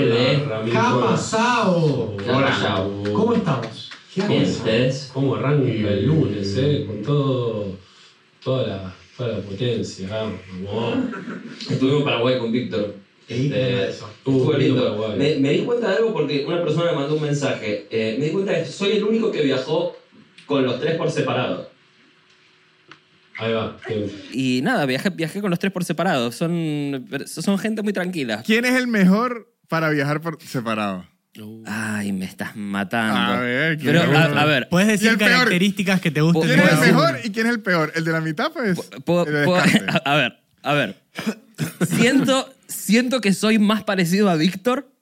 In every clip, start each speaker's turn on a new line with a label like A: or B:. A: ¿eh?
B: amigos.
C: ¿Qué ha pasado?
B: ¿Qué ha
D: Hola.
B: pasado?
C: ¿Cómo estamos? ¿Qué ha
B: Bien,
C: pasado?
A: eh.
D: ustedes?
B: ¿Cómo arranca el lunes, eh? Con todo, toda, la, toda la potencia, vamos. vamos.
D: Estuvimos en Paraguay con Víctor.
C: Ey,
D: Este,
C: mira eso.
B: Uh,
D: Fue
B: lindo
D: lindo.
B: Paraguay.
D: Me, me di cuenta de algo porque una persona me mandó un mensaje. Eh, me di cuenta de que soy el único que viajó con los tres por separado.
B: Ahí va. te-
A: Y nada, viajé, viajé con los tres por separado. Son, son gente muy tranquila.
E: ¿Quién es el mejor para viajar por separado?
A: Ay, me estás matando.
E: A ver, ¿quién
A: Pero,
E: es el
A: a,
E: mejor?
A: a ver,
F: Puedes
E: ¿Y
F: decir
E: el peor?
F: características que te gusten.
E: ¿Quién es
A: Bueno.
E: el mejor y quién es el peor? ¿El de la mitad, pues?
A: puedo-
E: el de
A: puedo-
E: descarte.
A: a ver, a ver. Siento, siento que soy más parecido a Víctor.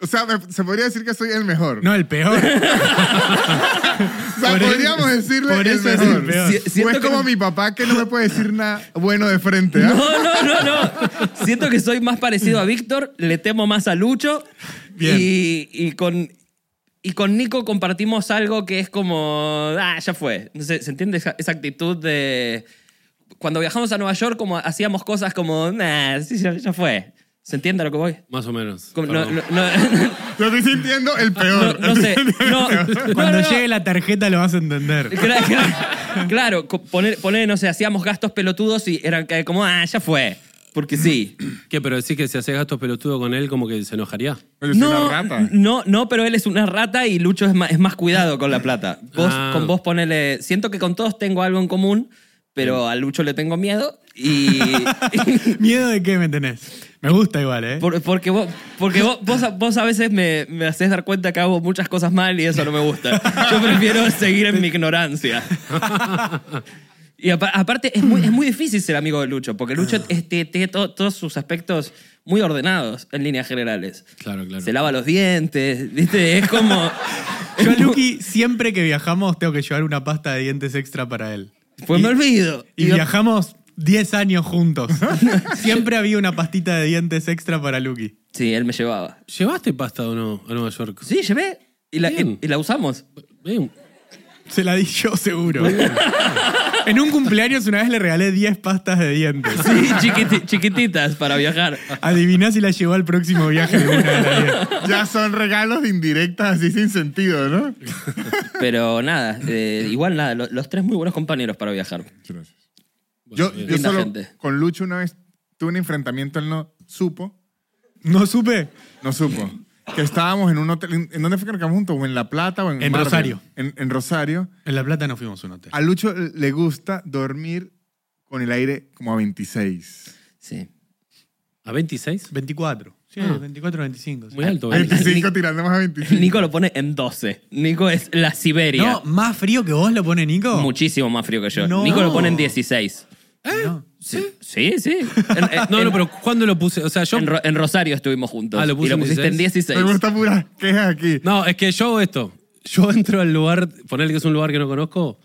E: O sea, me- se podría decir que soy el mejor.
F: No, el peor.
E: o sea,
F: por eso-
E: podríamos decirle
F: por
E: el
F: eso es
E: mejor.
F: el peor.
A: Si-
E: O es
A: siento que-
E: como mi papá que no me puede decir nada bueno de frente. ¿ah?
A: No, no, no, no. Siento que soy más parecido a Víctor, le temo más a Lucho.
F: Bien.
A: Y, y con, y con Nico compartimos algo que es como. Ah, ya fue. No sé, ¿Se entiende esa, esa actitud de. Cuando viajamos a Nueva York, como hacíamos cosas como. Nah, sí, ya, ya fue. ¿Se entiende a lo que voy?
B: Más o menos.
A: Como, no,
B: perdón.
A: no, no-
E: Lo estoy sintiendo el
A: no,
E: peor.
A: no sé. No, no,
F: Cuando
A: no, no.
F: llegue la tarjeta lo vas a entender.
A: Cla- cla- Claro, co- poner, poner, no sé, hacíamos gastos pelotudos y eran que como, ah, ya fue. Porque sí.
B: ¿Qué? Pero decís que si haces gastos pelotudos con él, como que se enojaría.
E: Pero es
A: no,
E: una rata.
A: No, no, pero él es una rata y Lucho es más, es más cuidado con la plata. Vos,
B: Ah.
A: Con vos ponele... Siento que con todos tengo algo en común, pero a Lucho le tengo miedo y... y-
F: ¿Miedo de qué me tenés? Me gusta igual, ¿eh?
A: por- porque vos, porque vos, vos, a- vos a veces me, me haces dar cuenta que hago muchas cosas mal y eso no me gusta. Yo prefiero seguir en mi ignorancia. Y apa- aparte es muy, es muy difícil ser amigo de Lucho, porque Lucho
E: Ah.
A: es- tiene tiene to- todos sus aspectos muy ordenados en líneas generales.
B: Claro, claro.
A: Se lava los dientes, ¿viste? Es como.
F: Yo a Lucky siempre que viajamos tengo que llevar una pasta de dientes extra para él.
A: Pues me olvido.
F: Y,
A: Y yo-
F: viajamos 10 años juntos. siempre había una pastita de dientes extra para Lucky.
A: Sí, él me llevaba.
B: ¿Llevaste pasta o no a Nueva York? ¿Eh?
A: Sí, llevé. Y la,
B: Bien.
A: y, y la usamos.
B: Bien.
F: Se la di yo seguro. en un cumpleaños una vez le regalé 10 pastas de dientes.
A: Sí, chiquiti- chiquititas para viajar.
F: Adiviná si la llevó al próximo viaje de una de las 10.
E: Ya son regalos indirectas así sin sentido, ¿no?
A: Pero nada, eh, igual nada, lo- los tres muy buenos compañeros para viajar.
E: Yo,
B: Bueno,
E: yo
A: Linda
E: solo
A: gente.
E: con Lucho una vez tuve un enfrentamiento, él no supo,
F: No supe.
E: no supo. Que estábamos en un hotel, ¿en- ¿en dónde fue que nos quedamos juntos? ¿O en La Plata o en
F: En
E: Marbella?
F: Rosario.
E: En, en Rosario.
F: En La Plata no fuimos a un hotel.
E: A Lucho le gusta dormir con el aire como a 26.
A: Sí.
B: ¿A 26?
F: 24. Sí, 24, 25. sí.
B: Muy alto. eh.
A: Ay,
B: 26.
E: 25
A: Ni-
E: tirando más a 25.
A: Nico lo pone en 12. Nico es la Siberia.
F: No, más frío que vos lo pone Nico.
A: Muchísimo más frío que yo.
F: No.
A: Nico lo pone en 16.
F: No.
A: Sí, sí. sí. En- en-
B: ¿Eh? No,
A: Eh, en-
B: no, pero ¿cuándo lo puse? O sea, yo...
A: en, Ro- en Rosario estuvimos juntos.
B: Ah, lo
A: y
B: puse
A: lo
B: en
A: pusiste en 16.
E: Me gusta pura queja aquí.
B: No, es que yo hago esto. Yo entro al lugar, ponerle que es un lugar que no conozco,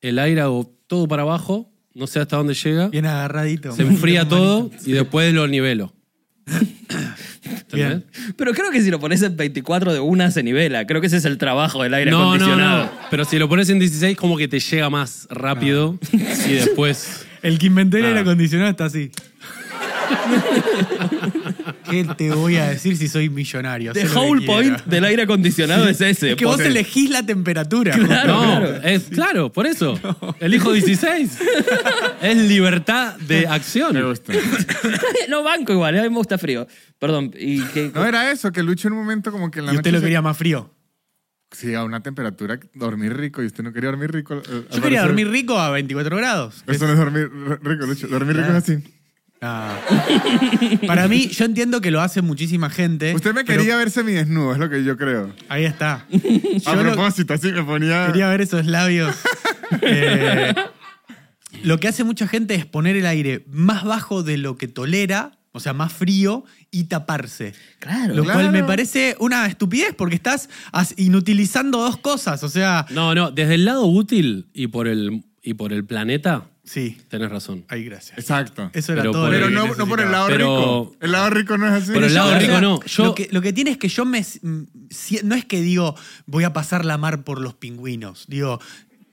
B: el aire hago todo para abajo, no sé hasta dónde llega,
F: Bien agarradito.
B: se
F: manito,
B: enfría
F: manito.
B: todo y después lo nivelo.
F: Bien.
A: Pero creo que si lo pones en 24 de una se nivela. Creo que ese es el trabajo del aire
B: No, no,
A: acondicionado.
B: no. Pero si lo pones en 16, como que te llega más rápido y después.
F: El que inventó el aire
B: Ah.
F: acondicionado está así. ¿Qué te voy a decir si soy millonario?
A: The
F: Sé lo que
A: whole
F: quiera.
A: point del aire acondicionado es ese.
F: Es que vos
A: Porque-
F: elegís la temperatura.
A: Claro,
B: no,
A: claro.
B: es claro, por eso. Elijo 16. es libertad de
E: Me
B: acción.
E: gusta.
A: no banco igual, eh, a mí me gusta frío. Perdón. Y que,
E: No era eso, que Lucho en un momento como que en la
F: Y usted
E: noche
F: lo
E: se-
F: quería más frío.
E: Sí, a una temperatura, que- dormir rico y usted no quería dormir rico. eh, al
F: Yo quería
E: parecer.
F: dormir rico a 24 grados.
E: Eso no es dormir r- rico, Lucho. Dormir rico es así.
F: Ah. Para mí, yo entiendo que lo hace muchísima gente.
E: Usted me
F: pero-
E: quería ver semidesnudo, es lo que yo creo.
F: Ahí está.
E: A
F: Yo lo-
E: propósito, así me ponía.
F: Quería ver esos labios. Eh, lo que hace mucha gente es poner el aire más bajo de lo que tolera, o sea, más frío, y taparse.
A: claro.
F: Lo
E: Claro.
F: cual me parece una estupidez porque estás as- inutilizando dos cosas. O sea,
B: No, no, desde el lado útil y por el, y por el planeta,
F: sí,
B: tenés razón.
F: ahí gracias.
E: Exacto.
F: Eso era
B: Pero
F: todo.
B: por-
F: lo
E: Pero
F: que
E: no, no por el
F: necesitaba.
E: lado
B: Pero-
E: rico. El lado rico no es así.
B: Por el lado
F: yo, o
B: rico
F: sea,
B: no. Yo-
F: Lo, que, lo que tiene es que yo me. mm, si- No es que digo, voy a pasar la mar por los pingüinos. Digo,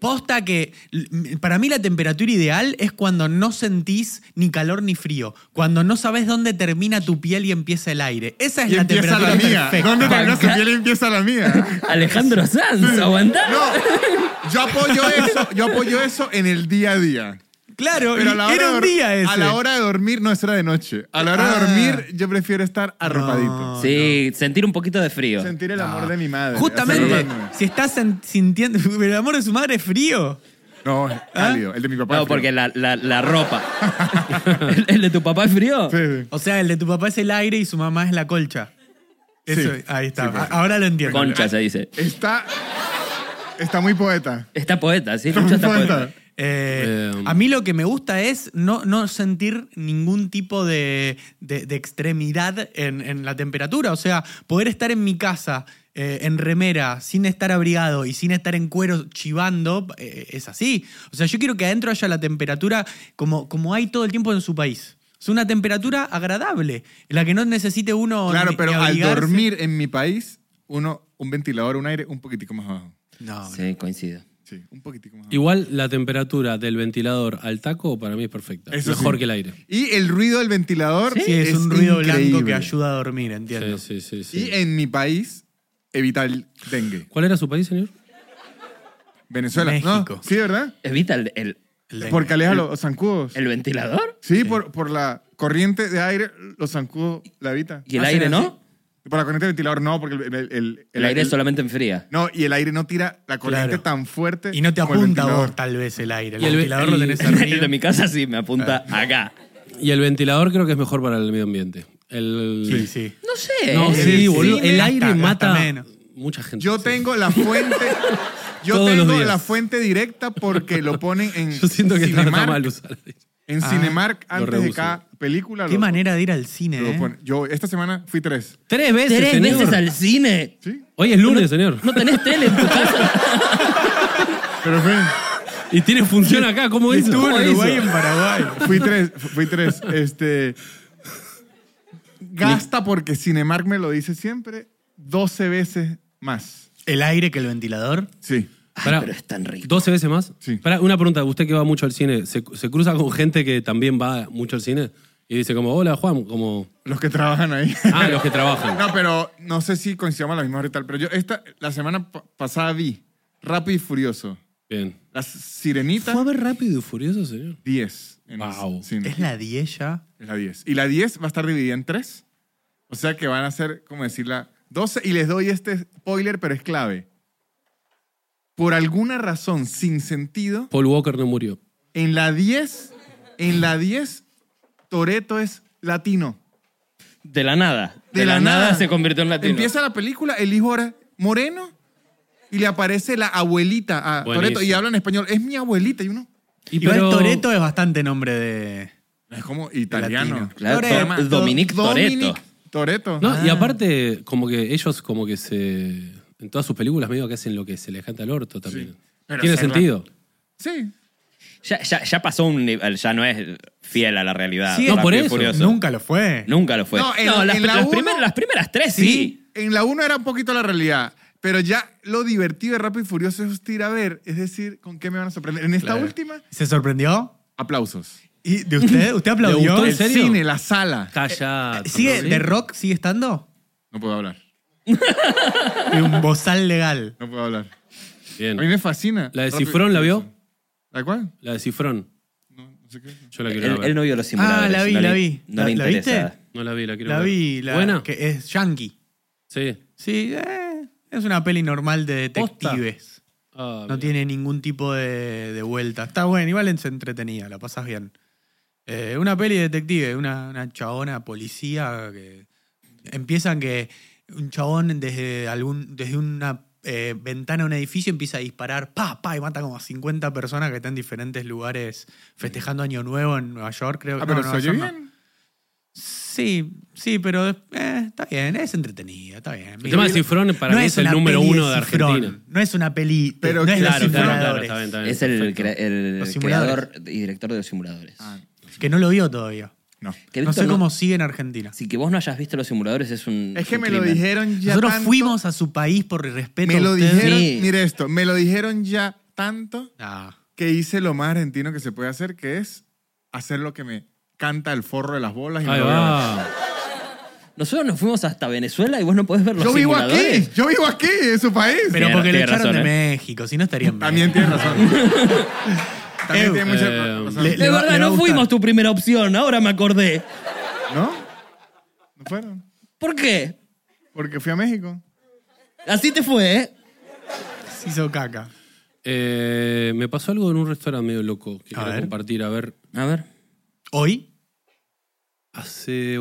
F: Posta que l- para mí la temperatura ideal es cuando no sentís ni calor ni frío, cuando no sabes dónde termina tu piel y empieza el aire. Esa es
E: Y
F: la
E: empieza
F: temperatura
E: la mía.
F: perfecta.
E: ¿Dónde termina su piel y empieza la mía?
A: Alejandro Sanz, aguantá.
E: No, yo apoyo eso, yo apoyo eso en el día a día.
F: Claro,
E: Pero a la
F: y
E: hora
F: era
E: de
F: un
E: dor-
F: día ese.
E: A la hora de dormir, no, es hora de noche. A la hora
F: Ah.
E: de dormir, yo prefiero estar arropadito.
A: sí, sentir un poquito de frío.
E: Sentir el
B: Ah.
E: amor de mi madre.
F: Justamente,
E: arropándome.
F: si estás sen- sintiendo el amor de su madre es frío.
E: No,
F: ¿Ah?
E: es cálido. El de mi papá.
A: No,
E: es frío.
A: porque la, la, la ropa. ¿El, el de tu papá es frío?
E: Sí, sí.
F: O sea, el de tu papá es el aire y su mamá es la colcha. Eso,
E: Sí.
F: ahí está.
E: Sí, pues.
F: Ahora lo entiendo.
A: Concha se dice.
E: Está. Está muy poeta.
A: Está poeta, sí,
E: Está
A: Lucho
E: muy
A: está
E: poeta.
A: poeta.
F: Eh,
G: Eh,
F: a mí lo que me gusta es no, no sentir ningún tipo de, de- de extremidad en, en la temperatura. O sea, poder estar en mi casa eh, en remera, sin estar abrigado y sin estar en cuero chivando, eh, es así. O sea, yo quiero que adentro haya la temperatura como, como hay todo el tiempo en su país. Es una temperatura agradable, en la que no necesite uno.
E: Claro,
F: ni-
E: pero
F: ni
E: al
F: abrigarse.
E: dormir en mi país, uno, un ventilador, un aire, un poquitico más abajo.
F: No,
A: Sí, coincido.
E: Sí, un poquitico más abajo.
G: Igual la temperatura del ventilador al taco para mí es perfecta.
E: Eso
G: Mejor
E: sí.
G: que el aire.
E: Y el ruido del ventilador.
F: Sí, es, un ruido blanco que
E: increíble.
F: ayuda a dormir, entiendo.
G: Sí, sí, sí, sí.
E: Y eh, en mi país, evitar el dengue.
G: ¿Cuál era su país, señor?
E: Venezuela.
F: México.
E: ¿no? Sí, ¿verdad?
A: Evita el, el,
F: El dengue.
E: Porque aleja los zancudos.
A: el ventilador
E: Sí, Por, por la corriente de aire, los zancudos la evita.
A: y el
E: Hacen
A: aire,
E: así.
A: ¿no?
E: Por la corriente del ventilador, no, porque el, el- el-
A: El aire
E: el-
A: solamente enfría.
E: No, y el aire no tira la corriente
F: Claro.
E: tan fuerte.
F: Y no te
E: como el
F: apunta
E: ventilador.
F: vos, tal vez, el aire. El,
G: Y el ve-
F: ventilador lo
G: el-
F: tenés
A: El de
F: arriba.
A: mi casa sí me apunta acá.
G: Y el ventilador creo que es mejor para el medio ambiente. El...
F: Sí, sí.
A: No sé.
G: No,
F: Sí,
G: Eh, sí,
F: sí,
G: boludo.
F: sí,
G: el
F: gasta-
G: aire
F: gasta
G: mata
F: menos.
G: mucha gente.
E: Yo
G: sí.
E: tengo la fuente. Yo
G: Todos los
E: tengo
G: días.
E: la fuente directa porque lo ponen en.
G: Yo siento que está
E: Cinemark,
G: mal usar.
E: En Cinemark,
G: lo
E: antes de
G: reuso.
E: cada película.
F: Qué
E: lo-
F: manera de ir al cine.
E: lo
F: eh.
E: ponen. Yo esta semana fui tres.
G: Tres veces,
A: Tres
B: este
G: señor.
A: veces al cine.
E: ¿Sí?
G: Hoy es lunes, señor.
A: No tenés tele en tu casa.
E: Pero fui,
G: Y tiene función acá, ¿cómo es?
F: Estuvo en Uruguay y en Paraguay.
E: fui tres. Fui tres. Este. Gasta porque Cinemark me lo dice siempre 12 veces más.
F: El aire que el ventilador.
E: Sí.
A: Ay,
G: Pará.
A: pero es tan rico.
G: 12 veces más.
E: Sí.
G: Pará, una pregunta, usted que va mucho al cine, ¿se, se cruza con gente que también va mucho al cine? Y dice como, hola Juan, como...
E: Los que trabajan ahí.
G: Ah, los que trabajan.
E: No, pero no sé si coincidamos la misma hora y tal, pero yo esta, la semana pa- pasada vi Rápido y Furioso.
G: Bien.
E: La Sirenita,
G: ¿Fue a ver Rápido y Furioso, señor?
E: 10. en
G: Wow.
E: el cine.
F: Es la 10 ya.
E: Es la 10. Y la 10 va a estar dividida en 3. O sea que van a ser, como decirla, 12. Y les doy este spoiler, pero es clave. Por alguna razón sin sentido,
G: Paul Walker no murió.
E: en la 10, en la 10, Toreto es latino.
A: De la nada. De, la, nada, se convirtió en latino.
E: Empieza la película, el hijo ahora es moreno y le aparece la abuelita a
G: Buenísimo.
E: Toreto y habla en español. Es mi abuelita y uno.
G: Y
F: Igual
G: pero-
F: Toreto es bastante nombre de.
E: Es como italiano.
F: Latino.
A: Claro,
F: Toretto.
A: to- Dominic Toretto.
E: Toreto.
G: No,
F: Ah.
G: y aparte, como que ellos como que se... En todas sus películas medio que hacen lo que se les canta al orto también.
E: Sí. Pero
G: Tiene
E: se la-
G: sentido.
E: Sí.
A: Ya, ya, ya pasó un nivel, ya no es fiel a la realidad.
F: Sí,
A: Rápido
G: no, por
A: y
G: eso.
A: Furioso.
F: Nunca lo fue.
A: Nunca lo fue.
E: No, en-
A: las,
E: en la
A: las
E: uno-
A: primer- las primeras tres sí.
E: En la 1 era un poquito la realidad, pero ya lo divertido de Rápido y Furioso es ir a ver, es decir, con qué me van a sorprender. En esta última,
F: ¿Se sorprendió?
E: aplausos.
F: ¿Y de usted? ¿Usted
G: ¿Le
F: aplaudió?
G: gustó
E: El
G: ¿En serio?
E: cine, la sala.
G: Calla.
F: Eh, ¿Sigue de rock? ¿Sigue estando?
E: No puedo hablar,
F: Y un bozal legal.
E: no puedo hablar. A mí
G: Bien.
E: me fascina.
G: ¿La de
E: Rápido y
G: Cifrón la vio?
E: Furioso. ¿La cuál?
G: La de Cifrón.
E: No, no sé qué.
G: Yo la quiero
A: Él,
G: ver.
A: él no vio los simuladores.
F: Ah, la vi,
A: no
F: la
A: le-
F: vi.
A: No
F: ¿La-
A: le
F: la viste?
A: interesaba.
G: No la vi, la quiero
F: La
G: ver.
F: vi, la
G: ¿Buena?
F: que es yankee.
G: Sí.
F: Sí, eh, es una peli normal de detectives.
G: Ah,
F: No
G: bien.
F: tiene ningún tipo de, de vuelta. Está bueno, igual es entretenida, la pasas bien. Eh, una peli de detective, una, una chabona policía que empiezan que un chabón desde algún desde una eh, ventana de un edificio empieza a disparar, pa, pa, y mata como a 50 personas que están en diferentes lugares festejando Año Nuevo en Nueva York, creo.
E: Ah,
F: No,
E: pero
F: Nueva
E: se oye
F: York no.
E: bien.
F: Sí, sí, pero eh, está bien, es entretenida, está bien.
G: El tema de Cifrón para mí es el
F: una
G: número
F: peli
G: uno de
F: Cifrón,
G: Argentina.
F: No es una peli,
E: Pero
F: no es
E: claro,
F: los
G: Claro, claro, claro,
F: simuladores,
G: está bien, está bien.
A: Es el,
G: Perfecto.
A: cre- el
F: Los simuladores.
A: creador y director de los simuladores.
F: que no lo vio todavía.
E: No.
A: Que
F: no
A: Víctor
F: sé
A: no-
F: cómo sigue en Argentina.
A: Si que vos no hayas visto los simuladores es
G: Mm,
A: un.
E: Es que
A: un
E: me lo
A: crimen.
E: dijeron ya
F: Nosotros
E: tanto.
F: fuimos a su país por respeto
E: Me
F: a
E: lo
F: ustedes.
E: dijeron,
A: Sí.
E: mire esto, me lo dijeron ya tanto
F: Ah.
E: que hice lo más argentino que se puede hacer, que es hacer lo que me canta el forro de las bolas. Y me
B: Ahí
E: lo voy a-
B: va.
A: Nosotros nos fuimos hasta Venezuela y vos no podés ver los
E: Yo vivo
A: simuladores.
E: aquí, yo vivo aquí, en su país.
F: Pero
A: Tiene-
F: porque lo
A: tiene
F: echaron
A: razón,
F: de
A: ¿eh?
F: México, si no estaría en
E: También
F: México.
E: tiene razón. También
F: Ew.
E: tiene mucha
B: Eh,
E: razón.
F: le-
A: De
F: va-
A: verdad,
F: le va a
A: no
F: gustar.
A: fuimos tu primera opción, ahora me acordé.
E: ¿No? ¿No fueron?
A: ¿Por qué?
E: Porque fui a México.
A: Así te fue, ¿eh?
F: Se hizo caca.
B: Eh, me pasó algo en un restaurante medio loco que
F: A
B: quiero
F: ver.
B: compartir. A ver,
A: A ver.
F: ¿Hoy?
B: hace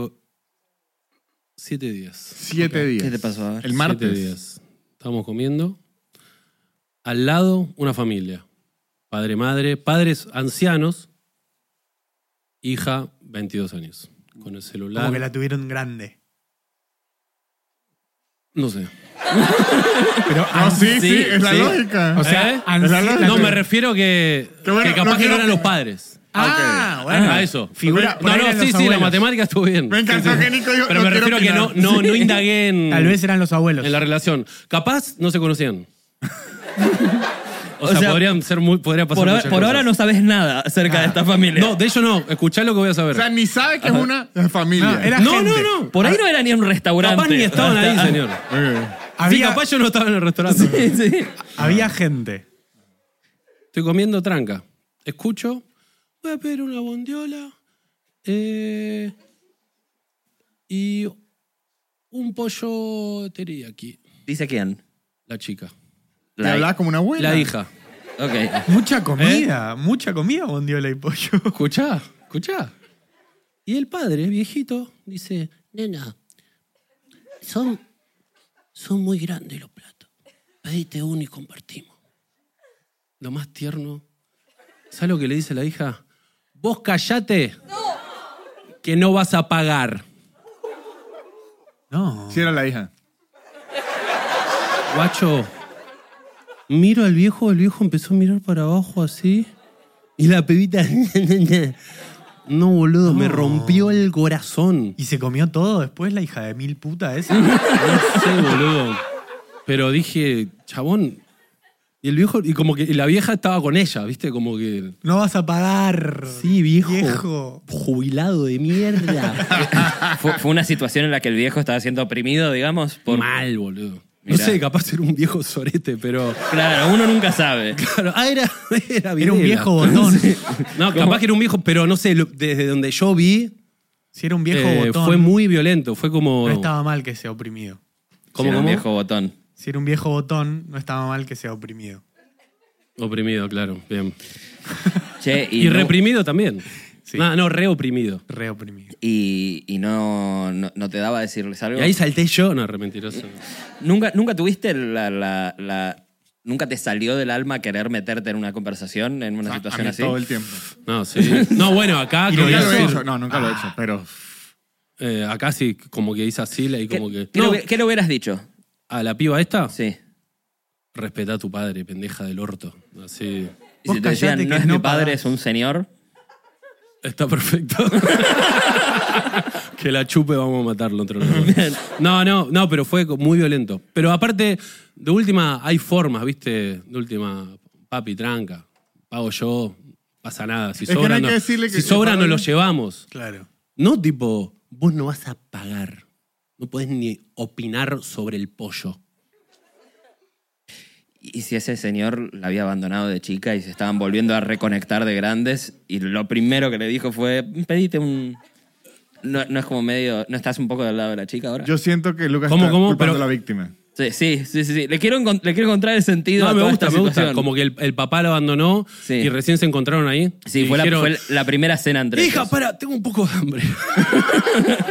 B: siete días.
E: Siete días.
A: ¿Qué te pasó? A ver.
E: El martes.
B: Siete días. Estábamos comiendo. Al lado, una familia. Padre, madre, padres ancianos, hija, 22 años. Con el celular.
F: Como que la tuvieron grande.
B: No sé.
E: Pero, no,
B: Ah,
E: sí, sí,
B: sí,
E: es la
B: sí.
E: lógica.
F: O sea,
B: ¿Eh?
F: ansi-
E: La lógica.
B: No, me refiero que,
E: Que bueno,
B: que capaz
E: no
B: que
E: quiero-
B: no eran los padres.
F: Ah, bueno.
B: a eso.
F: Figura, por
B: no,
F: ahí
B: no,
F: eran los
B: sí, sí, la
F: abuelos.
B: matemática estuvo bien.
E: Me encantó que Nico dijo.
B: Pero me
E: quiero
B: refiero a que no,
E: opinar.
B: no, no indagué en,
F: Tal vez eran los abuelos.
B: en la relación. Capaz no se conocían. o,
A: O
B: sea,
A: sea,
B: podrían ser muy, podría pasar
A: Por, ahora-
B: muchas
A: por ahora no
B: cosas.
A: sabes nada acerca de esta familia.
B: No, de ello no. Escuchá lo que voy a saber.
E: O sea, ni sabe que es una familia.
F: No, era-
B: no,
F: gente.
B: no, no.
A: Por ahí no era ni un restaurante.
B: Capaz ni estaban ahí, señor.
E: Ok.
B: Sí,
F: Había,
B: capaz yo no estaba en el restaurante.
A: Sí, sí.
F: había gente.
B: Estoy comiendo tranca. Escucho. Voy a pedir una bondiola. eh, y un pollo teriyaki.
A: ¿Dice quién?
B: La chica.
E: Te hablaba como una abuela.
B: La hija.
A: Ok.
F: Mucha comida, mucha comida, bondiola y pollo.
B: Escuchá, escuchá. Y el padre, viejito, dice, nena, son, son muy grandes los platos. Pediste uno y compartimos. Lo más tierno. ¿Sabes lo que le dice la hija? Vos callate que no vas a pagar.
F: No.
E: Sí, era la hija.
B: Guacho, miro al viejo, el viejo empezó a mirar para abajo así. Y la pebita, no boludo, me rompió el corazón.
F: ¿Y se comió todo después la hija de mil puta esa?
B: No sé, boludo. Pero dije, chabón. Y el viejo, y como que la vieja estaba con ella, ¿viste? Como que.
F: No vas a pagar.
B: Sí, viejo.
F: Viejo.
B: Jubilado de mierda.
A: Fue, fue una situación en la que el viejo estaba siendo oprimido, digamos. Por...
B: Mal, boludo. No
A: Mirá.
B: sé, capaz era un viejo sorete, pero.
A: Claro, uno nunca sabe.
B: Claro, ah, era,
F: Era
B: era
F: un
B: Videla.
F: viejo botón.
B: No, capaz que era un viejo, pero no sé, lo- desde donde yo vi,
F: Si era un viejo
B: eh,
F: botón.
B: fue muy violento. Fue como.
F: No estaba mal que sea oprimido.
B: como,
A: Era un
B: como-
A: viejo botón.
F: Si era un viejo botón, no estaba mal que sea oprimido.
B: Oprimido, claro. Bien.
A: Che,
B: Y,
A: y, no,
B: reprimido también.
F: Sí.
B: No, no, reoprimido.
F: Re oprimido.
A: y, y no, no, no te daba a decirles algo.
B: Y ahí salté yo, no, re mentiroso.
A: ¿Nunca, nunca tuviste la, la- la- ¿Nunca te salió del alma querer meterte en una conversación, en una
E: A- a
A: situación
E: mí
A: así?
E: Todo el tiempo.
B: No, sí. No, bueno, acá,
E: Y
B: Ah, que Ah.
E: nunca lo he
B: hice-
E: hecho. No, nunca lo he hecho. Pero
B: eh, acá sí, como que hice así y
A: ¿Qué,
B: como que.
A: qué
B: No,
A: le hubie- qué le hubieras dicho?
B: a la piba esta,
A: Sí.
B: respeta a tu padre, pendeja del orto. Así.
A: Y
F: Vos
A: si te decían,
F: callate
A: no
F: que
A: es mi
F: no
A: padre,
F: pagás".
A: es un señor.
B: Está perfecto. que la chupe, vamos a matarlo. entre nosotros. No, no, no, pero fue muy violento. Pero aparte, de última, hay formas, ¿viste? De última, papi, tranca. Pago yo, pasa nada. Si
E: Es que no
B: sobra,
E: hay
B: no,
E: que decirle que-
B: si sobra,
E: que-
B: nos lo llevamos.
F: Claro.
B: No tipo, vos no vas a pagar. No podés ni opinar sobre el pollo.
A: Y si ese señor la había abandonado de chica y se estaban volviendo a reconectar de grandes, y lo primero que le dijo fue, pedite un... No, no es como medio... ¿No estás un poco del lado de la chica ahora?
E: yo siento que Lucas
B: ¿Cómo,
E: está
B: cómo?
E: culpando
B: Pero-
E: a la víctima.
A: Sí, sí, sí, sí, sí. Le quiero, encon- le quiero encontrar el sentido
B: No,
A: a
B: me
A: toda
B: gusta,
A: esta
B: me gusta.
A: situación.
B: Como que el, el papá lo abandonó
A: Sí.
B: y recién se encontraron ahí.
A: Sí,
B: Y
A: fue,
B: dijeron,
A: la, fue la primera cena entre
B: Hija,
A: ellos.
B: para, tengo un poco de hambre.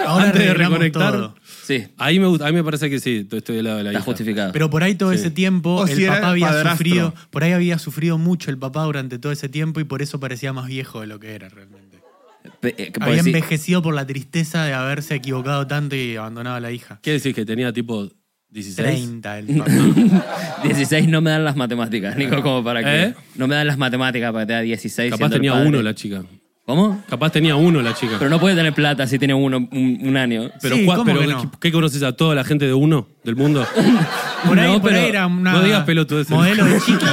F: Ahora
B: Antes de
F: arreglamos
B: reconectar.
F: todo.
A: Sí,
B: Ahí me, gusta- a mí me parece que sí, estoy del lado de la
A: está
B: hija.
A: justificado.
F: Pero por ahí todo ese tiempo
E: O
F: el
E: si era
F: papá había
E: padrastro.
F: sufrido, por ahí había sufrido mucho el papá durante todo ese tiempo y por eso parecía más viejo de lo que era realmente.
A: Pe- eh, que
F: Había
A: puedes decir-
F: envejecido por la tristeza de haberse equivocado tanto y abandonado a la hija.
B: ¿Qué decís? Que tenía tipo 16.
F: 30 el papá.
A: 16 no me dan las matemáticas, Nico, como para que...
B: ¿Eh?
A: No me dan las matemáticas para que te da 16
B: Capaz
A: siendo el
B: tenía
A: padre.
B: uno la chica.
A: ¿Cómo?
B: Capaz tenía uno la chica.
A: Pero no puede tener plata si tiene uno un, un año.
B: Pero,
F: Sí,
B: cua-
F: ¿cómo
B: pero
F: que
B: ¿qué-
F: no?
B: ¿qué conoces a toda la gente de uno del mundo?
F: Por ahí,
B: No,
F: por
B: pero
F: ahí era una
B: no digas pelotudeces.
F: modelo de chiqui.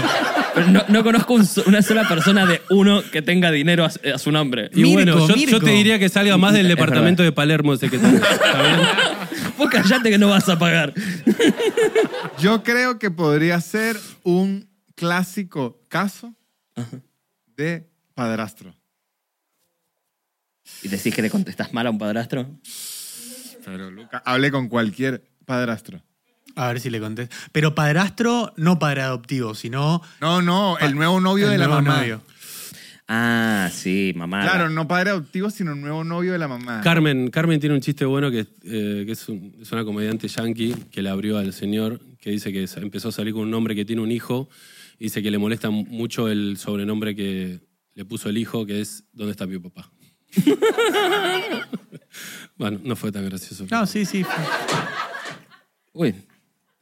A: Pero no, no conozco un so- una sola persona de uno que tenga dinero a, su- a su nombre.
F: Mirko,
A: Y-
B: Y bueno, yo, yo
F: Mirko.
B: te diría que salga más del
A: Es
B: departamento de Palermo ese que tenés.
A: Vos callate que no vas a pagar.
E: Yo creo que podría ser un clásico caso de padrastro.
A: ¿Y decís que le contestás mal a un padrastro?
E: Pero Luca, hable con cualquier padrastro.
F: A ver si le contesto. Pero padrastro, no padre adoptivo, sino
E: No, no, el nuevo novio
F: el
E: de la
F: nuevo
E: mamá.
F: novio.
A: Ah, sí, mamá.
E: Claro, no padre adoptivo, sino nuevo novio de la mamá.
B: Carmen, Carmen tiene un chiste bueno que, eh, que es, un- es una comediante yankee que la abrió al señor, que dice que sa- empezó a salir con un hombre que tiene un hijo, y dice que le molesta mu- mucho el sobrenombre que le puso el hijo, que es ¿Dónde está mi papá? bueno, no fue tan gracioso.
F: No, sí, sí.
A: Uy,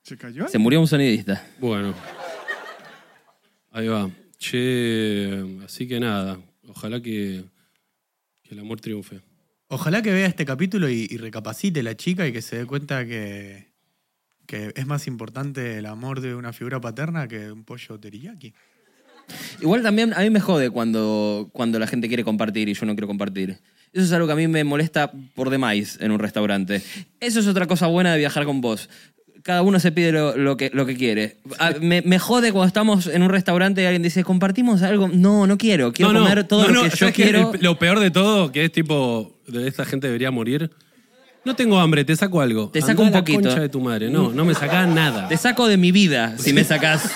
E: ¿Se cayó?
A: se murió un sonidista.
B: Bueno. Ahí va. Che, así que nada, ojalá que, que el amor triunfe.
F: Ojalá que vea este capítulo y, y recapacite la chica y que se dé cuenta que, que es más importante el amor de una figura paterna que un pollo teriyaki.
A: Igual también a mí me jode cuando, cuando la gente quiere compartir y yo no quiero compartir. Eso es algo que a mí me molesta por demás en un restaurante. Eso es otra cosa buena de viajar con vos. Cada uno se pide lo, lo que, lo que quiere. A- me, me jode cuando estamos en un restaurante y alguien dice, compartimos algo. No, no quiero. Quiero comer todo
B: no,
A: lo
B: no,
A: que yo
B: ¿sabes qué?
A: quiero.
B: El- lo peor de todo, que es tipo, de esta gente debería morir. No tengo hambre, te saco algo.
A: Te
B: Andá
A: saco un
B: a la
A: poquito.
B: concha de tu madre. No, no me sacás nada.
A: Te saco de mi vida si me sacás.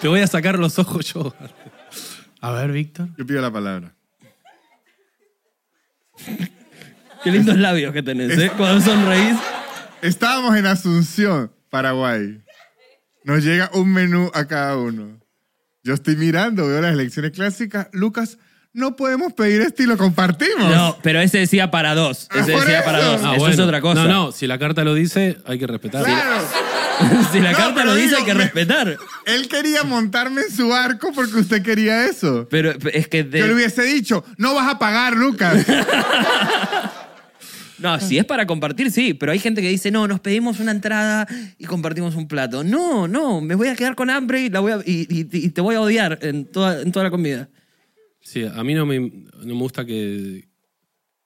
B: Te voy a sacar los ojos yo.
F: A ver, Víctor.
E: Yo pido la palabra.
A: Qué lindos labios que tenés, ¿eh? Cuando sonreís.
E: Estábamos en Asunción, Paraguay. Nos llega un menú a cada uno. Yo estoy mirando, veo las elecciones clásicas. Lucas, no podemos pedir esto y lo compartimos.
A: No, pero ese decía para dos. Ese
E: Ah, por
A: decía para
E: eso.
A: dos.
E: Ah,
A: eso es
B: bueno.
A: otra cosa.
B: No, no, si la carta lo dice, hay que respetarla.
E: Claro.
A: si la
E: No,
A: carta
E: pero
A: lo dice,
E: digo,
A: hay que
E: me-
A: respetar.
E: Él quería montarme en su barco porque usted quería eso.
A: Pero es que. de-
E: Yo le hubiese dicho, no vas a pagar, Lucas.
A: No, si es para compartir, sí. Pero hay gente que dice, no, nos pedimos una entrada y compartimos un plato. No, no, me voy a quedar con hambre y, la voy a- y- y- y te voy a odiar en toda, en toda la comida.
B: Sí, a mí no me, no me gusta que,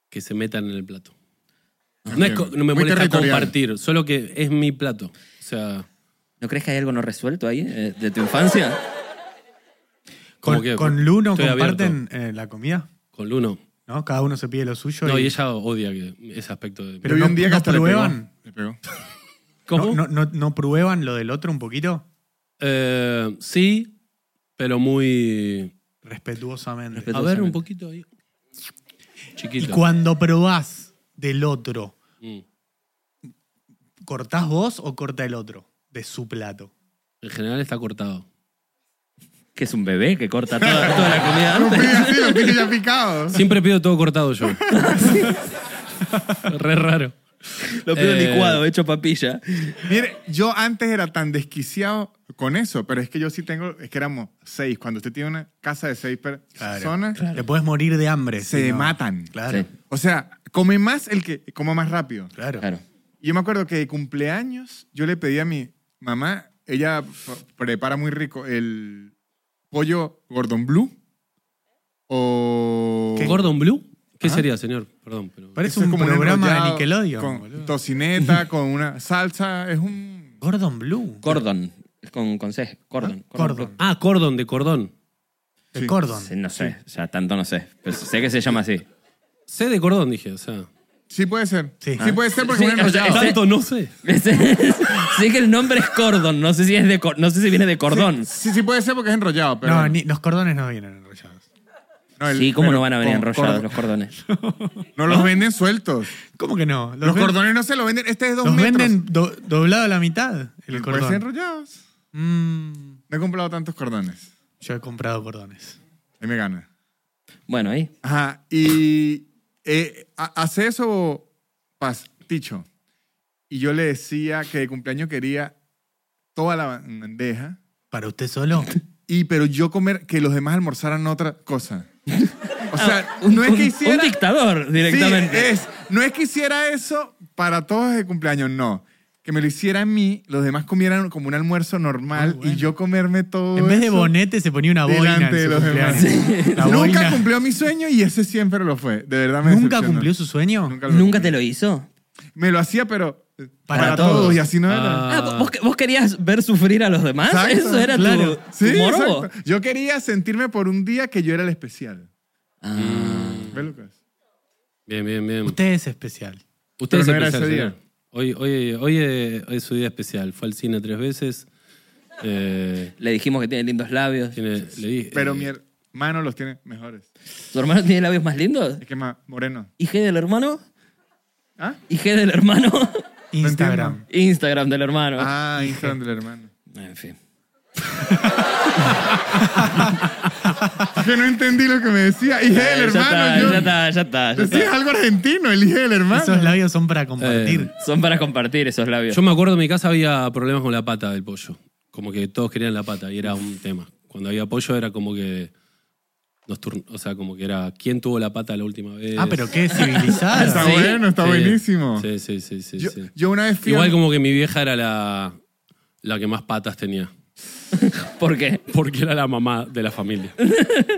B: que se metan en el plato. No, es co- no me
E: Ah, Muy
B: molesta
E: territorial.
B: compartir, solo que es mi plato. O sea,
A: ¿No crees que hay algo no resuelto ahí eh, de tu infancia?
B: ¿Cómo
F: ¿Con,
B: que?
F: con Lu no
B: Estoy
F: comparten eh, la comida?
B: con Luno.
F: ¿No? Cada uno se pide lo suyo.
B: No,
F: y-
B: y ella odia que- ese aspecto de.
F: Pero
E: Yo vi
F: no-
E: un día que
F: no
E: hasta le pegó.
F: prueban.
E: Le pegó.
B: ¿Cómo?
F: ¿No, no, no- no prueban lo del otro un poquito?
B: Eh, sí, pero muy.
F: Respetuosamente.
A: Respetu-
B: A ver, un poquito ahí.
F: y
B: Chiquito.
F: cuando probás del otro,
B: Mm.
F: ¿cortás vos o corta el otro de su plato?
B: En general está cortado.
A: Que es un bebé que corta toda, toda la comida
E: Lo
A: antes.
E: pide así, lo pide ya picado.
B: Siempre pido todo cortado yo. Re raro.
A: Lo pido
B: Eh,
A: licuado, hecho papilla.
E: Mire, yo antes era tan desquiciado con eso, pero es que yo sí tengo, es que éramos seis. Cuando usted tiene una casa de seis per- personas,
F: Te puedes morir de hambre.
E: se
F: si no.
E: matan.
F: Claro,
A: Sí.
E: O sea, come más el que coma más rápido.
F: claro.
A: Claro.
E: Y Yo me acuerdo que de cumpleaños yo le pedí a mi mamá, ella p- prepara muy rico el pollo Gordon Blue o
F: ¿Qué?
B: ¿Gordon Blue? ¿Qué sería, señor? Perdón, pero.
F: Parece
E: Eso es
F: un
E: un
F: programa de
E: enrollado
F: Nickelodeon.
E: con
F: boludo.
E: tocineta, con una salsa, es un
F: Gordon Blue.
A: Cordon. Es con, con C. Cordon.
F: Cordon.
B: Ah, cordón de cordón.
F: De
E: Sí.
F: Cordon.
A: Sí, No sé, o sea, tanto no sé. Pero sé que se llama así.
B: Sé de cordón, dije. O sea.
E: Sí puede ser.
F: Sí.
E: Sí, puede ser porque
A: Sí,
E: es un
A: o sea,
E: enrollado.
A: Ese-
B: Tanto no sé.
A: sé que el nombre es Cordon, no sé si es de cor- no sé si viene de cordón.
E: Sí, sí puede ser porque es enrollado, pero
F: No, ni- los cordones no vienen enrollados.
E: no, el-
A: Sí, ¿cómo
E: pero
A: no van a venir
E: con
A: enrollados
E: cordo-
A: los cordones?
E: No los venden sueltos.
F: ¿Cómo que no?
E: Los,
F: ven-
E: cordones no se los venden. Este es dos
F: Los
E: metros.
F: venden do- doblado a la mitad, el
E: Puede ser
F: cordón.
E: enrollados.
F: Mm,
E: No he comprado tantos cordones.
F: yo he comprado cordones.
E: Ahí me gana.
A: Bueno, ahí.
E: Ajá. Y eh, ha- hace eso pasticho. Y yo le decía que de cumpleaños quería toda la bandeja.
F: ¿Para usted solo?
E: Y pero yo comer, que los demás almorzaran otra cosa. O
F: Ah,
E: sea,
A: Un-
E: no es
A: un-
E: que hiciera...
A: Un dictador
E: Sí,
A: directamente.
E: es. No es que hiciera eso para todos de cumpleaños, no. que me lo hiciera a mí, los demás comieran como un almuerzo normal
F: Muy Ah, bueno.
E: y yo comerme todo.
F: En vez de
E: eso
F: bonete se ponía una boina.
E: delante
F: en
E: de
F: su
E: los demás.
F: cumpleaños. La
E: Nunca
F: boina.
E: cumplió mi sueño y ese siempre lo fue. De verdad me
F: ¿Nunca
E: decepcionó.
F: cumplió su sueño?
E: Nunca lo
A: ¿Nunca te lo hizo?
E: Me lo hacía, pero para,
F: Para
E: todos.
F: todos.
E: y así no era.
A: Ah, ¿vos, vos querías ver sufrir a los demás?
E: Exacto,
A: Ah, ¿Eso era tu-
F: claro.
A: tu,
E: Sí,
A: morbo?
E: exacto. Yo quería sentirme por un día que yo era el especial.
A: Ah,
E: ¿Ves, Lucas?
B: Bien, bien, bien.
F: Usted es especial.
B: Usted es
E: Pero no era
B: especial,
E: ese
B: señor.
E: día.
B: Hoy, hoy, hoy, eh, hoy es su día especial. Fue al cine tres veces. Eh,
A: Le dijimos que tiene lindos labios.
B: tiene- le dije-
E: Pero
B: eh,
E: mi hermano los tiene mejores.
A: ¿Tu hermano tiene labios más lindos?
E: Es que más moreno.
A: ¿IG del hermano?
E: ¿Ah?
A: ¿IG del hermano?
F: Instagram.
A: Instagram del hermano.
E: Ah, Instagram del hermano.
A: En fin.
E: Es que no entendí lo que me decía. Hije del
A: Eh, ya
E: hermano.
A: está,
E: yo-
A: ya está, ya está, ya
E: Decías
A: está.
E: algo argentino, el hije del hermano.
F: Esos labios son
B: Eh,
F: para compartir.
A: Son para compartir esos labios.
B: Yo me acuerdo en mi casa había problemas con la pata del pollo. Como que todos querían la pata y era un tema. Cuando había pollo era como que. Nos turn- o sea, como que era. ¿Quién tuvo la pata la última vez?
F: Ah, pero qué
E: Está
F: civilizado.
A: Sí,
E: bueno, está
B: Sí.
E: buenísimo.
B: Sí, sí, sí. sí,
E: Yo,
B: sí.
E: yo una vez fui a-
B: Igual como que mi vieja era la, la que más patas tenía.
A: ¿Por qué?
B: Porque era la mamá de la familia.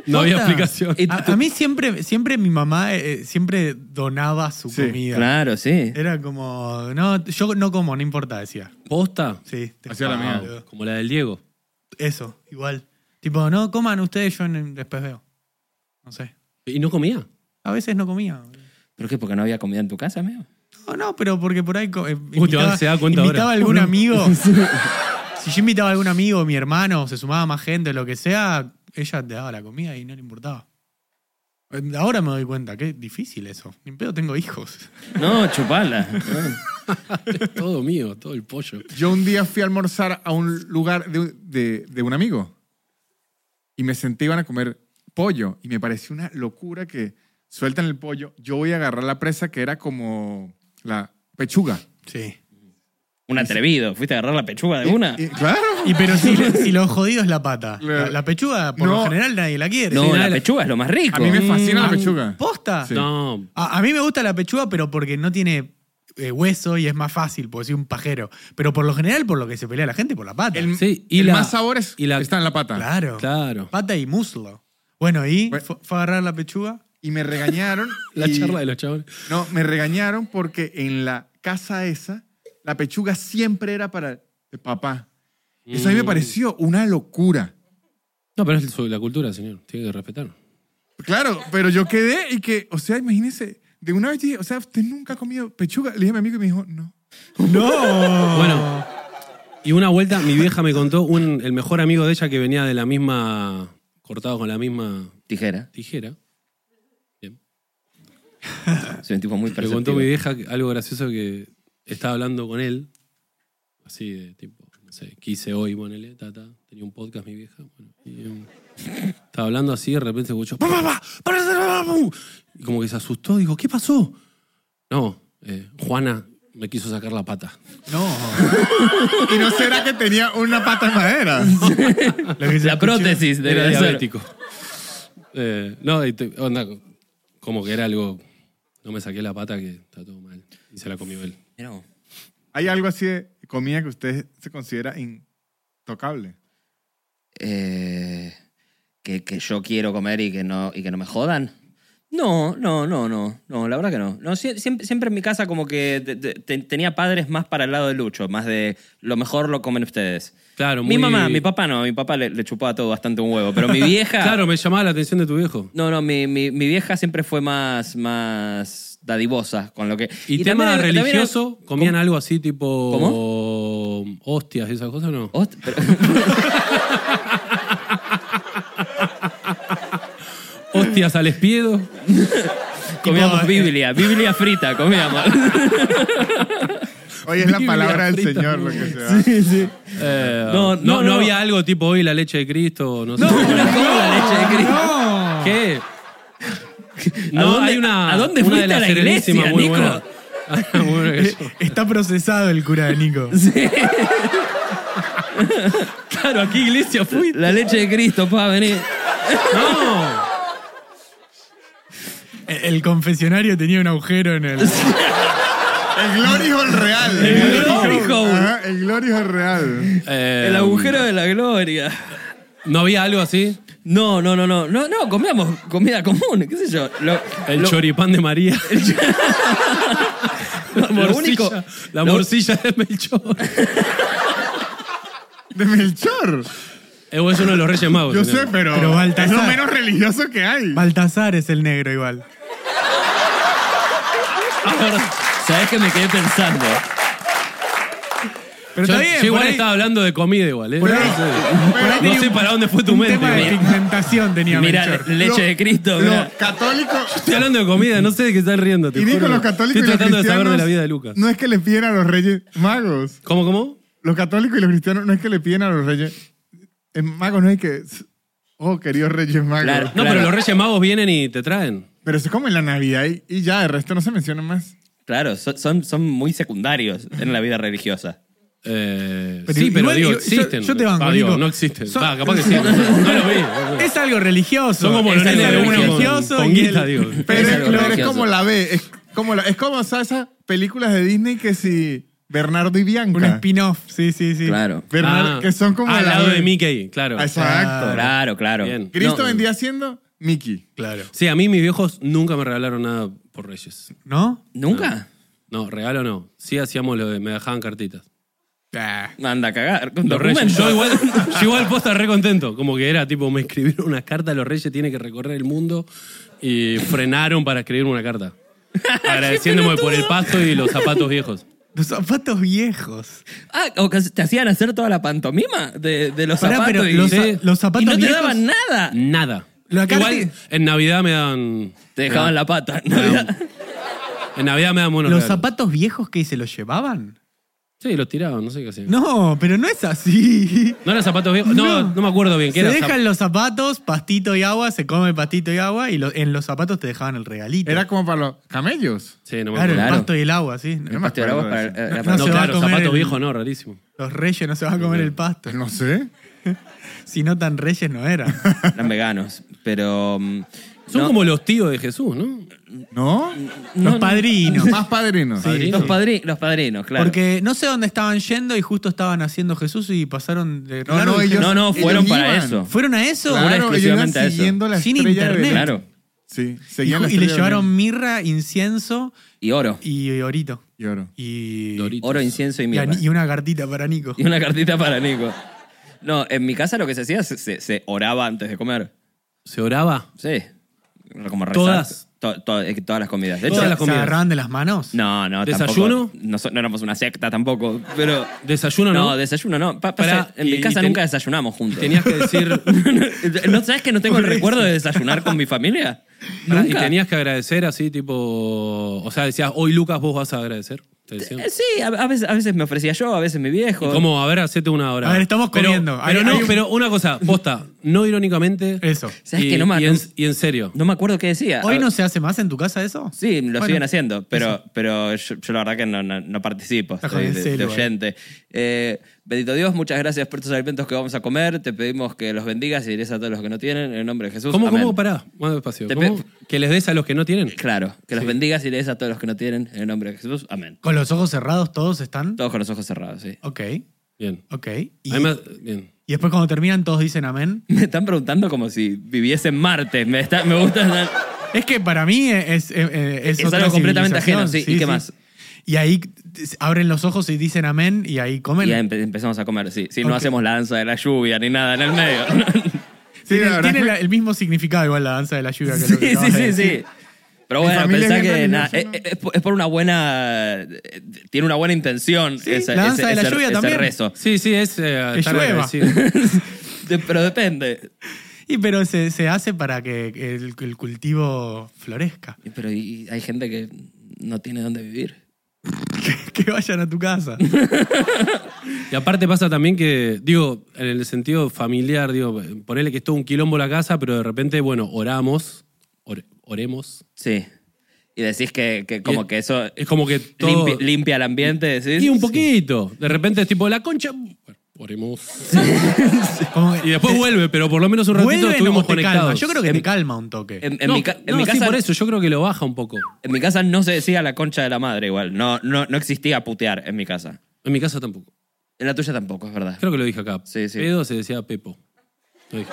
B: No había explicación.
F: A, a mí siempre, siempre mi mamá eh, siempre donaba su
E: Sí,
F: comida.
A: Claro, sí.
E: Eh.
F: Era como, no, yo no como, no importa, decía.
B: ¿Posta?
F: Sí, te-
E: Hacía la mía.
B: Wow, Como la del Diego.
F: Eso, igual. Tipo, no coman ustedes, yo en- después veo. No sé.
B: ¿Y no comía?
F: A veces no comía.
A: ¿Pero qué? ¿Porque no había comida en tu casa, amigo?
F: No, no, pero porque por ahí co- eh,
B: te vas- se da cuenta
F: invitaba
B: ahora.
F: a algún amigo. si yo invitaba a algún amigo, mi hermano, se sumaba más gente, lo que sea, ella te daba la comida y no le importaba. Eh, Ahora me doy cuenta, qué difícil eso. Ni pedo tengo hijos.
A: No, chupala.
B: Todo mío, todo el pollo.
E: Yo un día fui a almorzar a un lugar de, de- de un amigo y me senté, iban a comer pollo y me pareció una locura que sueltan el pollo. Yo voy a agarrar la presa que era como la pechuga.
F: Sí.
A: Un atrevido. Fuiste a agarrar la pechuga de una.
E: Y- claro.
F: Y pero si, si lo jodido es la pata.
E: Claro.
F: La, la pechuga, por
E: No.
F: lo general, nadie la quiere.
A: No,
B: Sí,
A: la
B: dale.
A: pechuga es lo más rico.
E: A mí me fascina
F: Mm.
E: la pechuga.
F: ¿Posta?
E: Sí.
B: No,
F: A, a mí me gusta la pechuga, pero porque no tiene eh, hueso y es más fácil, porque soy un pajero. Pero por lo general, por lo que se pelea la gente, por la pata.
E: El,
B: Sí, y
E: el
B: la-
E: más sabor es-
B: y la-
E: está en la pata.
F: Claro.
B: claro.
F: Pata y muslo. Bueno, y
E: Bueno.
F: fu- fue a agarrar la pechuga.
E: Y me regañaron.
B: La
E: y-
B: charla de los chavales.
E: No, me regañaron porque en la casa esa, la pechuga siempre era para el papá. Eso a
B: Mm.
E: mí me pareció una locura.
B: No, pero es su- la cultura, señor. Tiene que respetar.
E: Claro, pero yo quedé y que, o sea, imagínese, de una vez dije, o sea, usted nunca ha comido pechuga. Le dije a mi amigo y me dijo, no.
F: ¡No!
B: Bueno, y una vuelta mi vieja me contó un, el mejor amigo de ella que venía de la misma. cortado con la misma
A: Tijera.
B: tijera.
A: Soy un tipo muy
B: Me contó
A: perceptivo.
B: mi vieja que- algo gracioso que estaba hablando con él, así de tipo, no sé, quise hoy, ponele, ta, ta. tenía un podcast mi vieja, bueno, y, um, estaba hablando así, de repente se escuchó, "Pa, pa, pa, pa, pa, pa, pa, pa", y como que se asustó, dijo, ¿qué pasó? No, eh, Juana me quiso sacar la pata.
F: No.
E: ¿Y no será que tenía una pata de madera?
F: Lo que se
A: La
F: escuchó-
A: prótesis de
B: Era
A: ser.
B: diabético. Eh, no, y te- onda, como que era algo, no me saqué la pata que está todo mal, y se la comió él.
A: Mirá vos.
E: ¿Hay algo así de comida que usted se considera intocable?
A: Eh, que, que yo quiero comer y que no, y que no me jodan. No, no, no, no, no, la verdad que no. no sie- siempre, siempre en mi casa como que te- te- te- tenía padres más para el lado de Lucho, más de lo mejor lo comen ustedes.
B: Claro,
A: Mi
B: muy-
A: mamá, mi papá no, mi papá le, le chupaba todo bastante un huevo, pero mi vieja...
B: Claro, me llamaba la atención de tu viejo.
A: No, no, mi, mi- mi vieja siempre fue más, más dadivosa con lo que...
B: ¿Y,
A: también
B: tema
A: era- también era-
B: religioso? ¿Comían
A: ¿Cómo?
B: algo así tipo hostias y esas cosas o no?
A: Host- pero-
B: ¿Hostias al espiedo?
A: comíamos
F: eh,
A: Biblia, Biblia frita comíamos.
E: Hoy es la
B: Biblia
E: palabra del
B: frita.
E: Señor lo que sea.
B: Eh, no,
A: No, no,
B: no, no,
A: no.
B: había algo tipo hoy la leche de Cristo, no,
A: No,
B: sé.
A: no como la leche
F: eh,
A: de Cristo.
B: ¿Qué?
A: ¿A
B: No,
A: dónde-
B: hay una.
A: a dónde
B: una
A: fuiste
B: de la
A: a la iglesia,
B: Serenísima muy
A: Nico?
B: buena. Muy buena que yo-
F: Eh, Está procesado el cura de Nico.
A: Claro, aquí iglesia fui. La leche de Cristo, pa, venir.
B: ¡No!
F: Eh, El confesionario tenía un agujero en el.
E: El Glory Hole real.
A: El Glory Hole.
E: Ajá, el Glory Hole real.
B: Eh,
A: El agujero de la gloria.
B: ¿No había algo así?
A: No, no, no, no. No, no, comíamos comida común, qué sé yo. Lo,
B: El
A: lo-
B: choripán de María.
A: lo
B: la morcilla,
A: único.
B: la
A: lo-
B: morcilla de Melchor.
E: De Melchor.
B: Eh, vos, Es uno de los Reyes Magos.
E: Yo sé,
B: señor.
E: pero,
F: Pero
E: es
F: Baltasar.
E: lo menos religioso que hay.
F: Baltasar es el negro igual.
A: Ahora, Sabés que me quedé pensando.
F: Pero
B: Yo,
F: está bien.
B: yo igual
F: por ahí-
B: estaba hablando de comida igual, ¿eh?
F: por ahí-
B: No sé.
F: por ahí
B: no
F: tenía
B: sé
F: un-
B: para dónde fue tu
F: un
B: mente.
F: tema de
B: pero-
F: pigmentación tenía
A: Mirá,
F: Melchor.
A: le- leche
E: Lo-
A: de Cristo, mirá.
E: Los católicos.
B: Estoy hablando de comida, no sé de qué estás riendo. te
E: Y dijo
B: juro.
E: los católicos y
B: Estoy
E: los
B: tratando
E: cristianos.
B: de saber de la vida de Lucas.
E: No es que le piden a los reyes magos.
B: ¿Cómo, cómo?
E: Los católicos y los cristianos no es que le piden a los reyes eh, magos, no es que. Oh, queridos reyes magos.
A: Claro.
B: No, pero los Reyes Magos vienen y te traen.
E: Pero eso es como en la Navidad y, y ya, el resto no se menciona más.
A: Claro, son, son, son muy secundarios en la vida religiosa.
B: Eh,
F: Pero
B: sí, pero
F: igual
B: digo,
F: yo- yo-
B: existen.
F: yo te banco,
B: Ah, digo,
F: Nico.
B: no existen.
F: Son-
B: Va, capaz que sí. No, no lo vi.
F: Es algo religioso.
B: Son como
F: es
B: los nenes de
F: algo
B: uno con-
F: religioso.
B: con
F: y
B: guita,
F: el-
B: digo.
E: Pero,
A: Es
E: es,
A: algo
E: pero es
A: religioso.
E: como la B. Es como, la- es como ¿sabes? esas películas de Disney que si. Bernardo y Bianca.
F: Un spin-off, sí, sí, sí.
A: Claro.
E: Bernardo-
B: Ah,
E: que son como.
B: al
E: la
B: lado
E: B.
B: de Mickey, claro.
E: Exacto.
A: Claro, claro.
B: Bien.
E: Cristo
A: No,
E: vendía siendo Mickey.
F: Claro.
B: Sí, a mí mis viejos nunca me regalaron nada por Reyes.
F: ¿No?
A: ¿Nunca?
B: No, regalo no. Sí hacíamos lo de, me dejaban cartitas.
F: Ah.
A: Anda a cagar. con
B: Los Reyes.
A: documentos.
B: Yo igual, yo igual posta re contento. Como que era tipo, me escribieron una carta, los Reyes tienen que recorrer el mundo y frenaron para escribirme una carta. Agradeciéndome por el pasto y los zapatos viejos.
F: Los zapatos viejos.
A: Ah, o que te hacían hacer toda la pantomima de, de los
F: Pará,
A: zapatos.
F: pero
A: y,
F: los za-
A: Sí.
F: los zapatos
A: Y no te
F: viejos-
A: daban nada.
B: Nada.
F: La carta-
B: Igual en Navidad me dan.
A: Te dejaban la pata. ¿no?
B: En Navidad me dan buenos
F: ¿Los
B: regalos.
F: zapatos viejos que se los llevaban?
B: Sí, los tiraban, no sé qué hacían. No,
F: No, pero no es así.
B: eran zapatos viejos. No, no,
F: No.
B: me acuerdo bien. ¿Qué
F: Se
B: era?
F: dejan los zapatos, pastito y agua, se come pastito y agua y lo- en los zapatos te dejaban el regalito.
E: Era como para los camellos.
B: Sí, no me
F: claro,
B: acuerdo.
F: el
A: Claro.
F: pasto y el agua, sí.
E: No me
A: Te
E: acuerdo
A: grabas
E: de
A: para-
E: eso.
A: eh,
F: No,
A: la-
B: No,
F: se va a
B: claro,
F: comer
B: zapatos
F: el-
B: viejos no, rarísimo.
F: Los reyes no se van a comer el pasto.
E: No sé.
F: Si no tan reyes no eran.
A: eran veganos. Pero. mm,
B: Son
A: no,
B: como los tíos de Jesús, ¿no?
E: ¿No?
F: los padrinos.
E: Más padrinos.
A: los, padri- los padrinos, claro.
F: Porque no sé dónde estaban yendo y justo estaban haciendo Jesús y pasaron de...
E: No, no, ellos-
A: no, no, fueron
E: ellos
A: para
E: iban.
A: eso.
F: ¿Fueron a eso?
E: Claro,
A: Una
E: ellos iban
A: exclusivamente a eso.
E: siguiendo la
F: Sin
E: estrella de
F: internet.
E: Belén.
A: Claro.
E: Sí,
F: Y,
E: seguían
F: ju-
E: la
F: y le
E: estrella de Belén.
F: llevaron mirra, incienso
A: Y oro.
F: y orito.
E: Y oro.
F: Y,
B: Doritos.
A: Oro, incienso y
F: y,
A: mirra.
F: ani- y una cartita para Nico.
A: Y una cartita para Nico. No, en mi casa lo que se hacía se, se- se oraba antes de comer.
B: ¿Se oraba?
A: Sí. Como rezar.
B: Todas.
A: To- to- eh, todas las comidas. De hecho,
B: Todas
F: ¿Se
B: las comidas.
F: agarraban de las manos?
A: no, no, tampoco.
B: ¿Desayuno?
A: No, so- no éramos una secta tampoco, pero...
B: ¿Desayuno no?
A: desayuno no. Pa-
B: Pará,
A: pasa, en
B: y-
A: mi casa
B: y ten-
A: nunca desayunamos juntos.
B: Tenías que decir.
A: ¿No sabes que no tengo el recuerdo de desayunar con mi familia?
B: y
A: Nunca.
B: tenías que agradecer así, tipo. O sea, decías, hoy Lucas, vos vas a agradecer. Te decían.
A: Eh, Sí, a, a veces, a veces me ofrecía yo, a veces mi viejo.
B: Como, a ver, hacete una hora.
F: A ver, estamos
B: Pero-
F: comiendo.
B: Pero,
F: Hay-
B: no,
F: hay un-
B: pero una cosa, posta, no irónicamente.
F: Eso.
A: ¿Sabes
B: y,
A: que no me-
B: y en, y en serio.
A: No me acuerdo qué decía.
F: ¿Hoy
A: A-
F: no se hace más en tu casa eso?
A: Sí, lo
F: Bueno,
A: siguen haciendo, pero, pero yo, yo la verdad que no, no- no participo,
F: Está
A: estoy
F: jodido,
A: de,
F: sí,
A: de
F: lo veo.
A: oyente. Eh, bendito Dios, muchas gracias por estos alimentos que vamos a comer, te pedimos que los bendigas y dirías a todos los que no tienen, en el nombre de Jesús.
B: ¿Cómo,
A: amén.
B: cómo? Pará, más despacio.
A: Te
B: ¿Cómo?
A: pe-
B: Que les des a los que no tienen.
A: Claro, que los bendigas y lees a todos los que no tienen, en el nombre de Jesús, amén.
F: ¿Con los ojos cerrados todos están?
A: Todos con los ojos cerrados, sí.
F: Ok,
B: Bien.
F: ok. Y,
B: Además, bien.
F: y después cuando terminan todos dicen amén.
A: Me están preguntando como si viviese en Marte, me, está, me gusta...
F: Es que para mí es, es, eh, es
A: Es
F: otra
A: algo completamente
F: civilización.
A: ajeno, sí. ¿Y qué más?
F: Y ahí abren los ojos y dicen amén y ahí comen.
A: Y em- ya empe- empezamos a comer, sí. Sí, no
F: Ok.
A: hacemos la danza de la lluvia ni nada en el medio.
E: Sí, la
F: tiene
E: verdad.
F: tiene
E: es
F: la- el mismo significado igual la danza de la lluvia que lo
A: Sí,
F: que
A: sí,
F: acabas de
A: sí,
F: decir.
A: sí. Pero
E: Mi
A: bueno,
E: familia
A: pensá
E: es
A: que
E: vietnamita,
A: na-
E: yo
A: es,
E: no.
A: es por- es por una buena. eh, Tiene una buena intención ese,
F: la danza
A: ese-
F: de la
A: ese-
F: lluvia
A: ese
F: también.
A: rezo.
B: Sí, sí, es. eh,
F: Que
B: estar
F: llueva.
B: agradecido.
A: De- Pero depende.
F: Y pero se, se hace para que el, el cultivo florezca.
A: Y- Pero y- y hay gente que no tiene dónde vivir.
F: Que, que vayan a tu casa.
B: Y aparte pasa también que, digo, en el sentido familiar, digo, ponele que es todo un quilombo la casa, pero de repente, bueno, oramos, or- oremos.
A: Sí. Y decís que, que como
B: Y-
A: que eso
B: Es como que todo...
A: limpia, limpia el ambiente, decís.
B: Y un poquito. De repente es tipo, la concha... bueno, Oremos.
F: Como que
B: Y después
F: te-
B: vuelve, pero por lo menos un ratito
F: vuelve,
B: estuvimos
F: no, te calma.
B: conectados.
F: Yo creo
A: Em-
F: que te calma un toque.
A: En, en
B: no,
A: mi, ca- en
B: no,
A: mi
B: sí,
A: casa,
B: por eso, yo creo que lo baja un poco.
A: en mi casa no se decía la concha de la madre igual. No, no, no existía putear en mi casa.
B: En mi casa tampoco.
A: En la tuya tampoco, es verdad.
B: Creo que lo dije acá.
A: Sí, sí.
B: Pedo se decía Pepo. Lo dije.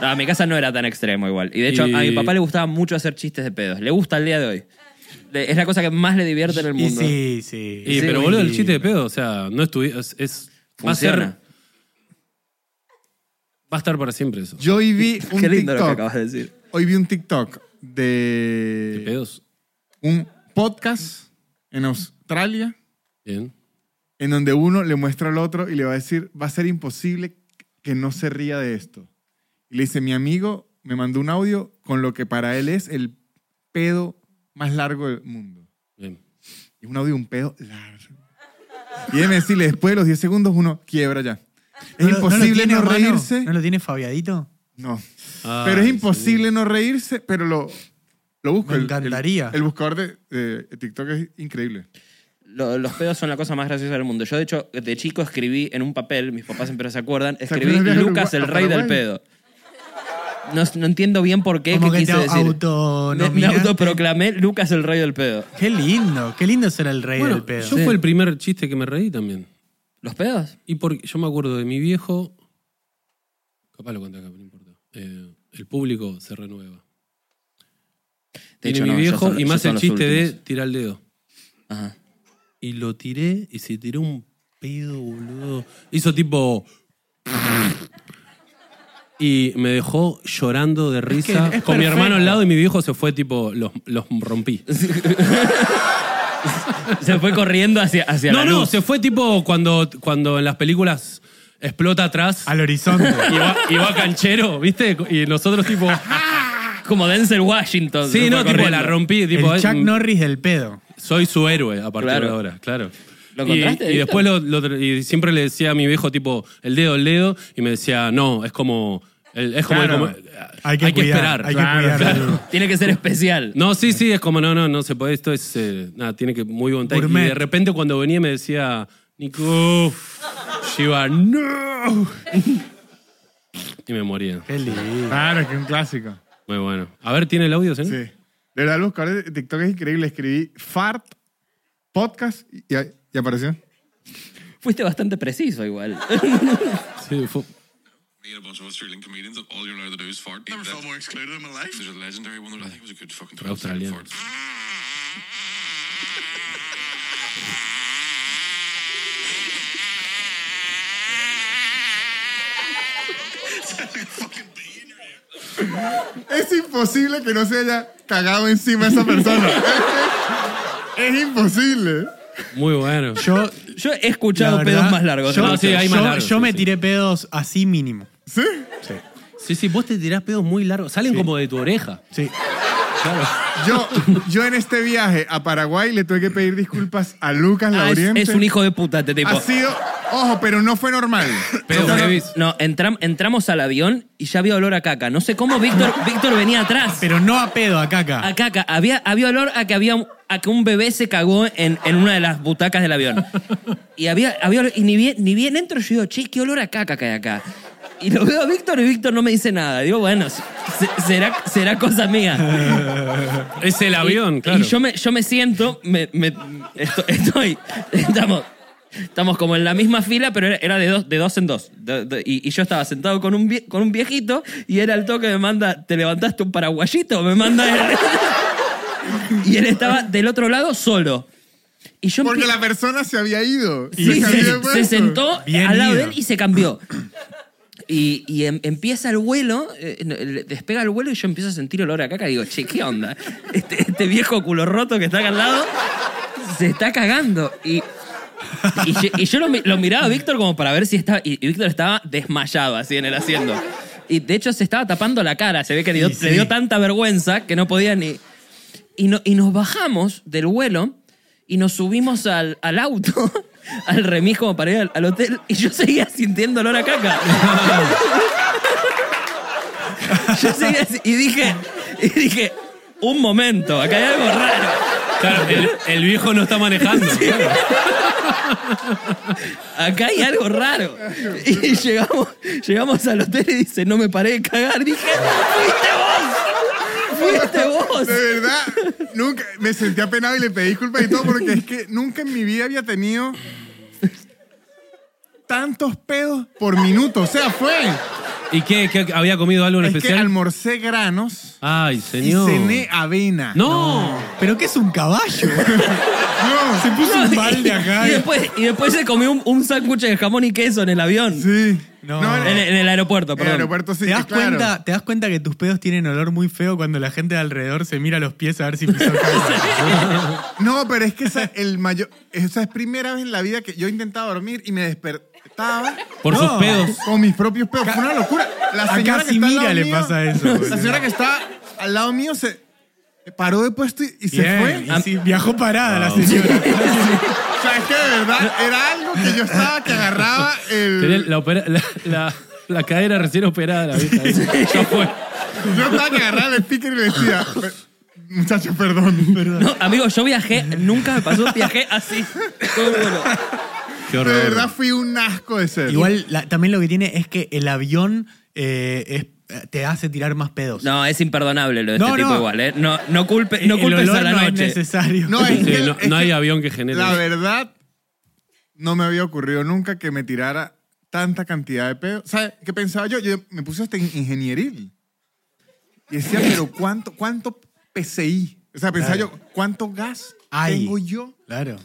A: No, en mi casa no era tan extremo igual. Y de hecho,
B: Y-
A: a mi papá le gustaba mucho hacer chistes de pedos. Le gusta al día de hoy. Le- es la cosa que más le divierte en el
F: Y
A: mundo.
F: sí, sí.
B: ¿eh? Y, pero boludo, el chiste de pedo, o sea, no estuvi... Es, es- va a ser-
A: Funciona.
B: Va a estar para siempre eso.
E: Yo hoy vi un
A: Qué lindo lo que
E: TikTok.
A: acabas de decir.
E: Hoy vi un TikTok
B: ¿De
E: de
B: pedos?
E: un podcast en Australia
B: Bien.
E: en donde uno le muestra al otro y le va a decir, va a ser imposible que no se ría de esto. Y le dice, mi amigo me mandó un audio con lo que para él es el pedo más largo del mundo.
B: Bien.
E: Y un audio, de un pedo largo. Y déjeme decirle, después de los 10 segundos uno quiebra ya.
F: ¿No lo- no
E: Es
F: lo
E: imposible
F: tiene,
E: no,
F: hermano?
E: reírse.
F: ¿No lo tiene fabiadito?
E: No.
B: Ay,
E: pero es imposible no reírse, pero lo, lo busco.
F: Me
E: El- el-
F: encantaría.
E: El, buscador de eh, TikTok es increíble.
A: Lo- los pedos son la cosa más graciosa del mundo. Yo, de hecho, de chico escribí en un papel, mis papás siempre se acuerdan, escribí
E: acuerdan de
A: Lucas
E: Uruguay-
A: el rey del
E: Paraguay?
A: pedo. No, no entiendo bien por qué,
F: Como
A: qué
F: que te
A: quise decir. Me, me
F: autonominaste.
A: autoproclamé Lucas el rey del pedo.
F: Qué lindo, qué lindo ser el rey
B: Bueno,
F: del pedo.
B: yo fue el primer chiste que me reí también.
A: ¿Los pedos?
B: Y porque yo me acuerdo de mi viejo. Capaz lo conté acá, pero no importa. Eh, el público se renueva.
A: De
B: Tiene
A: hecho,
B: mi
A: no, ya
B: viejo
A: son-
B: y
A: ya
B: más
A: son
B: el
A: los
B: chiste de
A: últimos.
B: tirar el dedo.
A: Ajá.
B: Y lo tiré y se tiró un pedo, boludo. Hizo tipo. Y me dejó llorando de risa.
F: es
B: con mi hermano
F: perfecto.
B: al lado y mi viejo se fue tipo. Los, los rompí.
A: Se fue corriendo hacia, hacia
B: No,
A: la
B: no,
A: luz.
B: se fue tipo cuando, cuando en las películas explota atrás.
F: Al horizonte.
B: Y va, y va canchero, ¿viste? Y nosotros tipo...
A: Como Denzel Washington. se
B: sí,
A: fue
B: no, tipo,
A: corriendo.
B: la rompí. Tipo,
F: el
B: ay,
F: Chuck
B: mm,
F: Norris del pedo.
B: Soy su héroe a partir
A: Claro.
B: de ahora, claro.
A: ¿Lo
B: Y-
A: encontraste,
B: y,
A: Víctor?
B: después lo, lo tra- y siempre le decía a mi viejo, tipo, el dedo, el dedo, y me decía, no, es como... el- es como,
F: Claro.
B: como- eh,
F: Hay que cuidar,
B: esperar.
F: hay que cuidar.
A: Tiene que ser especial.
B: No, sí, sí, es como, no, no, no se puede, esto es, eh, nada, tiene que, muy buen take. Y
F: Gourmet.
B: de repente cuando venía me decía, Nico, yo iba, no. y me moría.
F: Qué lindo.
E: Claro, que un clásico.
B: Muy bueno. A ver, ¿tiene el audio, señor?
E: Sí. De verdad, el buscador de TikTok es increíble. Escribí fart, podcast y, y apareció.
A: Fuiste bastante preciso igual.
B: Sí, fue-
H: meet a bunch of Australian comedians and all you're allowed to do is fart. Never felt more excluded in my life. There's a legendary one that I think was a good fucking 12 second
B: Australian.
H: fart.
E: Es imposible que no se haya cagado encima esa persona. es imposible.
B: muy bueno.
F: Yo,
A: Yo he escuchado
F: la
A: pedos
F: verdad,
A: más largos.
F: Yo,
B: No, sí, hay más
F: yo-
B: largos,
F: yo
B: sí,
F: me
B: sí.
F: tiré pedos así mínimo.
E: ¿Sí?
B: Sí, sí, vos te tirás pedos muy largos. Salen
A: Ah,
B: como de tu oreja.
F: Sí.
E: Yo, yo en este viaje a Paraguay le tuve que pedir disculpas a Lucas
A: Ah, es,
E: Lauriente.
A: es un hijo de puta este tipo.
E: Ha sido, ojo, pero no fue normal.
B: Pedos
A: No, no,
B: heavies.
A: no, entram- entramos al avión y ya había olor a caca. No sé cómo Víctor, Víctor venía atrás.
F: Pero no a pedo, a caca.
B: Ah.
A: A caca. Había, había olor a que, había, un- a que un bebé se cagó en, en una de las butacas del avión. Y, había, había olor- y ni, bien, ni bien entro, yo digo, che, qué olor a caca que hay acá. Y lo veo a Víctor y Víctor no me dice nada. Digo, bueno, se- será, será cosa mía.
B: Es el avión,
A: y,
B: claro.
A: Y yo me, yo me siento, me, me- esto- estoy, estamos, estamos como en la misma fila, pero era, era de, dos, de dos en dos. De- de- y, y yo estaba sentado con un, vie- con un viejito y era el toque me manda, te levantaste un paraguayito, me manda él. y él estaba del otro lado solo. Y yo
E: Porque
A: empie-
E: la persona se había ido.
A: Sí,
E: cambió de
A: se,
E: puesto.
A: se sentó
F: Bien
A: al lado
F: ido.
A: de él y se cambió. Y, y em- empieza el vuelo, eh, no, el- despega el vuelo y yo empiezo a sentir olor a caca. Y digo, che, ¿qué onda? Este, este viejo culo roto que está acá al lado se está cagando. Y, y yo, y yo lo, mi- lo miraba a Víctor como para ver si estaba. Y, y Víctor estaba desmayado así en el asiento. Y de hecho se estaba tapando la cara. Se ve que le dio-
F: Sí, sí.
A: le dio tanta vergüenza que no podía ni. Y, no- y nos bajamos del vuelo y nos subimos al, al auto, al remis como para ir al, al hotel, y yo seguía sintiendo olor a caca. yo seguía, si- y dije, y dije, un momento, acá hay algo raro.
B: Claro, el, el viejo no está manejando. claro.
A: Acá hay algo raro. Y llegamos, llegamos al hotel y dice, no me paré de cagar. Dije, fuiste vos. Fuiste
E: De
A: vos.
E: verdad, nunca me sentí apenado y le pedí disculpas y todo porque es que nunca en mi vida había tenido tantos pedos por minuto. O sea, fue.
B: ¿Y qué, qué había comido algo en
E: Es que
B: especial?
E: almorcé granos
B: Ay,
E: y
B: señor.
E: cené avena.
B: No.
F: ¿Pero qué es un caballo?
E: No,
F: Se puso un
A: y-
F: balde acá.
A: Y
E: eh.
A: después, y después se comió un, un sándwich de jamón y queso en el avión.
E: Sí.
F: No.
E: en
A: En,
E: el,
A: el- en el aeropuerto, perdón.
E: aeropuerto sí.
F: ¿Te das,
E: claro.
F: cuenta, ¿Te das cuenta que tus pedos tienen olor muy feo cuando la gente de alrededor se mira a los pies a ver si pisó caca?
E: No, pero es que esa, el mayor, esa es primera vez en la vida que yo intentaba dormir y me despertaba.
B: Por
F: No.
B: sus pedos.
E: Con mis propios pedos. Fue una locura. La
F: A
E: señora que está al
F: Casimira
E: lado
F: le
E: mío-
F: pasa eso,
E: La
F: boludo.
E: señora que está al lado mío se paró de puesto y, y se
F: Bien,
E: fue.
F: y sí, viajó parada la señora.
E: O sea, es que de verdad era algo que yo estaba que agarraba
B: Tenía
E: el.
B: la, opera- la, la- la cadera recién operada, la vista. Ya fue.
E: Yo estaba que agarraba el speaker y le decía. Muchachos, perdón, perdón.
A: No, amigo, yo viajé, nunca me pasó, viajé así. Todo bueno.
B: Qué
E: de
B: horror.
E: verdad fui un asco de ser.
F: Igual la- también lo que tiene es que el avión eh, es- te hace tirar más pedos.
A: No, es imperdonable lo de
F: No,
A: este
F: no.
A: tipo igual, ¿eh? No, no, culpe, no
F: el
A: culpes
F: olor
A: a la
F: no es
A: noche.
F: necesario.
E: No, es
B: Sí,
E: que,
B: no,
E: es
B: no hay
E: que
B: avión que genere.
E: La verdad, no me había ocurrido nunca que me tirara tanta cantidad de pedo. ¿Sabes qué pensaba yo? Yo me puse hasta in- ingenieril. Y decía, pero ¿cuánto, cuánto PCI? O sea, pensaba yo, ¿cuánto gas
F: Ay.
E: tengo yo?
F: Claro.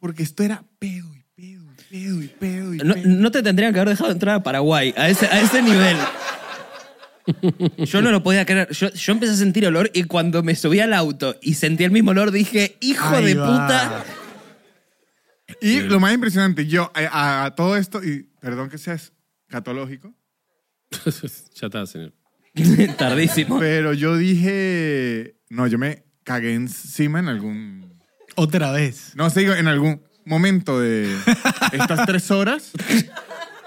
E: Porque esto era pedo y pedo y pedo y pedo y
A: No,
E: pedo.
A: no te tendrían que haber dejado entrar a Paraguay, a ese, a ese nivel. Yo no lo podía creer. Yo, yo empecé a sentir olor y cuando me subí al auto y sentí el mismo olor, dije, hijo
F: Ahí
A: de
F: va.
A: puta.
E: Y lo más impresionante, yo a, a- a todo esto, y perdón que sea catológico,
B: ya está, señor.
A: Tardísimo.
E: pero yo dije, no, yo me cagué encima en algún
F: Otra vez.
E: No, sé, digo, en algún momento de estas tres horas,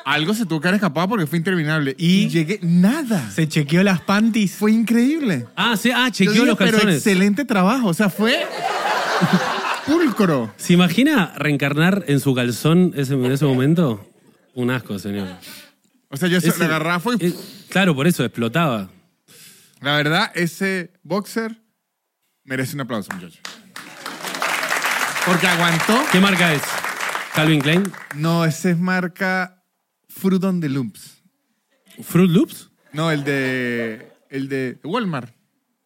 E: algo se tuvo que haber escapado porque fue interminable. Y,
F: Y-
E: llegué, nada.
F: Se chequeó las panties.
E: Fue increíble.
B: Ah, sí, ah,
E: Yo
B: chequeó
E: digo,
B: los
E: pero
B: calzones.
E: excelente trabajo. O sea, fue pulcro.
B: ¿Se imagina reencarnar en su calzón ese, en ese momento? Un asco, señor.
E: O sea, yo eso-
B: Ese-
E: la agarraba fue-
B: eh, claro, por eso explotaba.
E: La verdad, ese boxer merece un aplauso, muchachos. Porque aguantó.
B: ¿Qué marca es? Calvin Klein.
E: No, ese es marca Fruit on the Loops.
B: Fruit Loops.
E: No, el de. El de Walmart.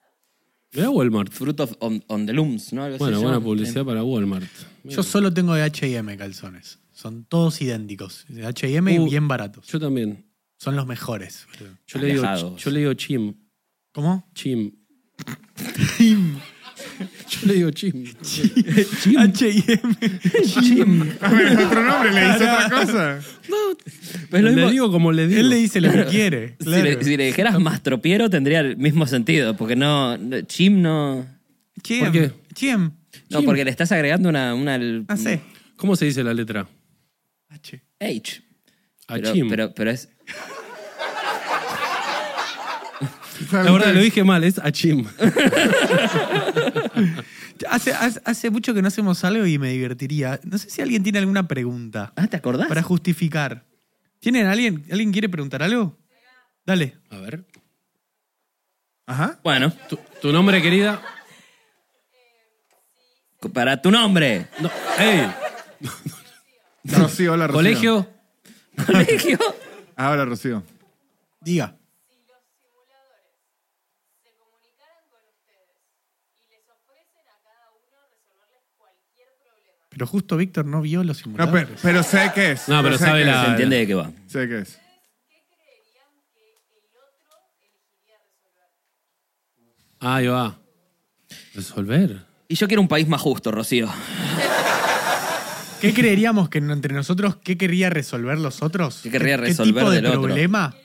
B: Mira Walmart.
A: Fruit of on, on the looms, ¿no? Algo así
B: Bueno,
A: se
B: buena
A: llama.
B: publicidad para Walmart.
F: Yo solo tengo de H&M calzones. Son todos idénticos. De H&M y
B: Uh.
F: bien baratos.
B: Yo también.
F: Son los mejores. boludo.
B: Yo le, digo,
A: Alejados.
B: yo le digo chim.
F: ¿Cómo?
B: Chim. Yo le digo chim.
F: H&M.
E: A ver, otro nombre, le hice otra cosa.
A: Eh, Pero es lo
B: le
A: mismo-
B: digo como le digo.
F: Él le dice lo que quiere.
A: si,
F: claro.
A: le, si le dijeras mastropiero tendría el mismo sentido, porque no, no- chim no...
F: H&M.
B: ¿Por qué?
F: H&M.
A: No, porque le estás agregando una... una
F: Ah, sí.
B: ¿Cómo se dice la letra?
F: H.
A: H.
B: A
A: Pero,
B: chim.
A: pero, pero es...
B: la verdad, lo dije mal, es a chim.
F: Hace, hace, hace mucho que no hacemos algo y me divertiría. No sé si alguien tiene alguna pregunta
A: Ah, ¿te acordás?
F: para justificar. ¿Tienen alguien? ¿Alguien quiere preguntar algo? Dale.
B: A ver.
E: Ajá.
A: Bueno,
B: ¿Tu, tu nombre, querida?
A: para tu nombre.
B: No. ¡Ey!
E: Rocío, hola, Rocío.
B: ¿Colegio?
A: Colegio.
E: Ah, hola, Rocío.
F: Diga. Pero justo Víctor no vio los
E: No, pe-
F: simuladores.
E: pero, sé qué es.
B: No, pero
E: sé
B: sabe
E: qué
B: la-
A: Se entiende de qué va.
E: es, Sé qué es.
B: Ah, Ahí va. Resolver.
A: Y yo quiero un país más justo, Rocío.
F: ¿Qué creeríamos que entre nosotros qué querría resolver los otros?
A: ¿Qué querría
F: ¿Qué
A: resolver
F: tipo de
A: del otro?
F: problema?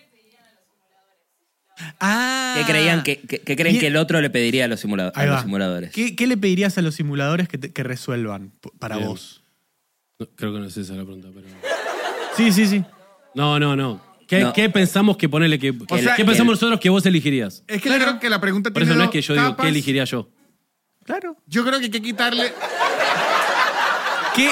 F: Ah.
A: ¿Qué creían que, que- que creen
F: Bien.
A: que el otro le pediría a los, simula- a
F: Ahí
A: los
F: va.
A: simuladores?
F: ¿Qué, qué le pedirías a los simuladores que, te- que resuelvan p- para
B: Bien.
F: vos?
B: No, creo que no es esa la pregunta, pero.
F: Sí, sí, sí.
B: No, no, no. ¿Qué,
A: No.
B: qué pensamos que ponerle que. ¿Qué,
E: sea,
B: qué
E: que
B: pensamos nosotros que vos elegirías?
E: Es que yo creo que la pregunta
B: Por
E: tiene
B: eso no
E: dos
B: es que yo
E: capas.
B: digo, ¿qué elegiría yo?
F: Claro.
E: Yo creo que hay que quitarle.
F: ¿Qué?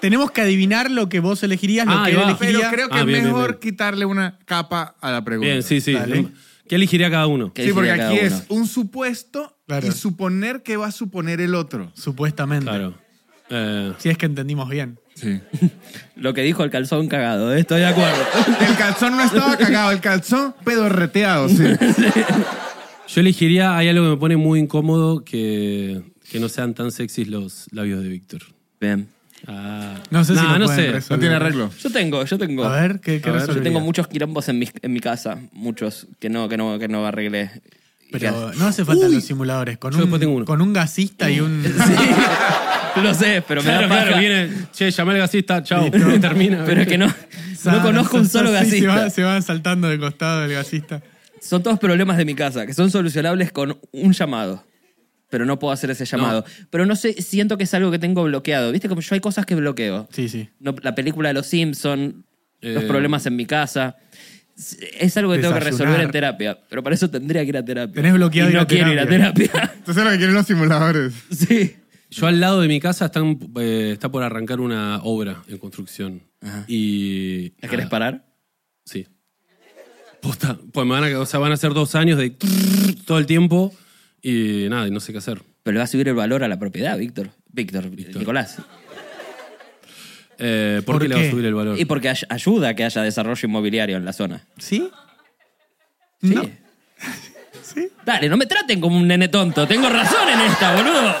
F: Tenemos que adivinar lo que vos elegirías, lo
B: Ah,
F: que
B: ahí
F: él
B: va.
E: Pero
F: elegiría.
E: creo que
B: Ah,
E: es
B: bien, bien,
E: mejor
B: bien.
E: quitarle una capa a la pregunta.
B: Bien, sí, sí.
F: Dale.
B: ¿Qué elegiría cada uno?
A: ¿Qué
E: sí, porque
A: elegiría
E: aquí
A: cada
E: es
A: uno?
E: un supuesto
F: Claro.
E: y suponer que va a suponer el otro.
F: Supuestamente.
B: Claro. Eh,
F: Si es que entendimos bien.
E: Sí.
A: Lo que dijo el calzón cagado, ¿eh? estoy de acuerdo.
E: El calzón no estaba cagado, el calzón pedorreteado, sí.
B: yo elegiría, hay algo que me pone muy incómodo que, que no sean tan sexys los labios de Víctor.
A: Bien.
B: Ah.
F: No sé si
B: Nah,
F: lo
B: no
F: pueden
B: sé.
F: resolver.
E: No tiene arreglo.
A: Yo tengo, yo tengo.
F: A ver, ¿qué, qué
B: A ver, yo
A: Yo tengo
F: resolverías?
A: muchos quilombos en mi, en mi casa, muchos, que no, que no, que no arreglé.
F: Pero no hace falta
B: Uy.
F: los simuladores. Con
B: Yo después tengo
F: un,
B: uno.
F: con un gasista y un.
A: Sí, lo sé, pero me
B: Claro,
A: da paja.
B: claro, viene. Che, llamé al gasista, chao. Y termina.
A: Pero es que no, no conozco un solo
F: Sí, Se
A: gasista.
F: van, se van saltando de costado del gasista.
A: Son todos problemas de mi casa, que son solucionables con un llamado. Pero no puedo hacer ese llamado. Pero no sé, siento que es algo que tengo bloqueado. ¿Viste? Como yo hay cosas que bloqueo.
F: Sí, sí.
A: No, la película de los Simpson, los
B: Eh.
A: problemas en mi casa. Es- Es algo que tengo que
F: Desayunar.
A: resolver en terapia. Pero para eso tendría que ir a terapia.
F: Tenés bloqueado
A: y
F: ir
A: no
F: a
A: quiero ir a
F: terapia.
A: terapia.
E: Entonces lo que quieren los simuladores.
A: sí.
B: Yo al lado de mi casa están, eh, está por arrancar una obra en construcción. Y.
A: ¿La querés
B: nada,
A: parar?
B: Sí. Posta, Pues me van a, o sea, van a ser dos años de todo el tiempo y nada, y no sé qué hacer.
A: Pero le va a subir el valor a la propiedad, Víctor. Víctor, Nicolás.
B: Eh, ¿Por,
F: ¿Por
B: qué, le va
F: qué?
B: a subir el valor?
A: Y porque ay- ayuda a que haya desarrollo inmobiliario en la zona.
F: ¿Sí?
A: Sí. Dale, no me traten como un nene tonto. Tengo razón en esta, boludo.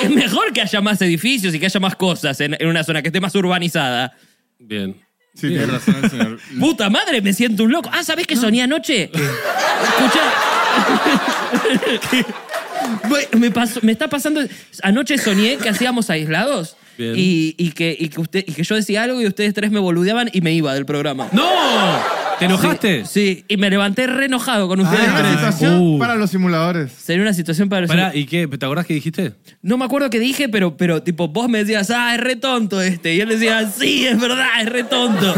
A: Es mejor que haya más edificios y que haya más cosas en, en una zona que esté más urbanizada.
B: Bien.
E: Sí, tiene razón el señor.
A: Puta madre, me siento un loco. Ah, ¿sabés qué soñé anoche? Escucha. me, pasó- me está pasando. Anoche soñé que hacíamos aislados
B: Bien.
A: y, y que, y que usted, y que yo decía algo y ustedes tres me boludeaban y me iba del programa.
B: ¡No! ¿Te enojaste?
A: Sí, y me levanté re enojado con ustedes.
E: Sería una
F: Ah,
E: situación
B: uh.
E: para los simuladores.
A: Sería una situación para...
B: Pará, ¿y qué? ¿Te acordás que dijiste?
A: No me acuerdo qué dije, pero, pero tipo, vos me decías, ah, es re tonto este. Y él decía, sí, es verdad, es re tonto.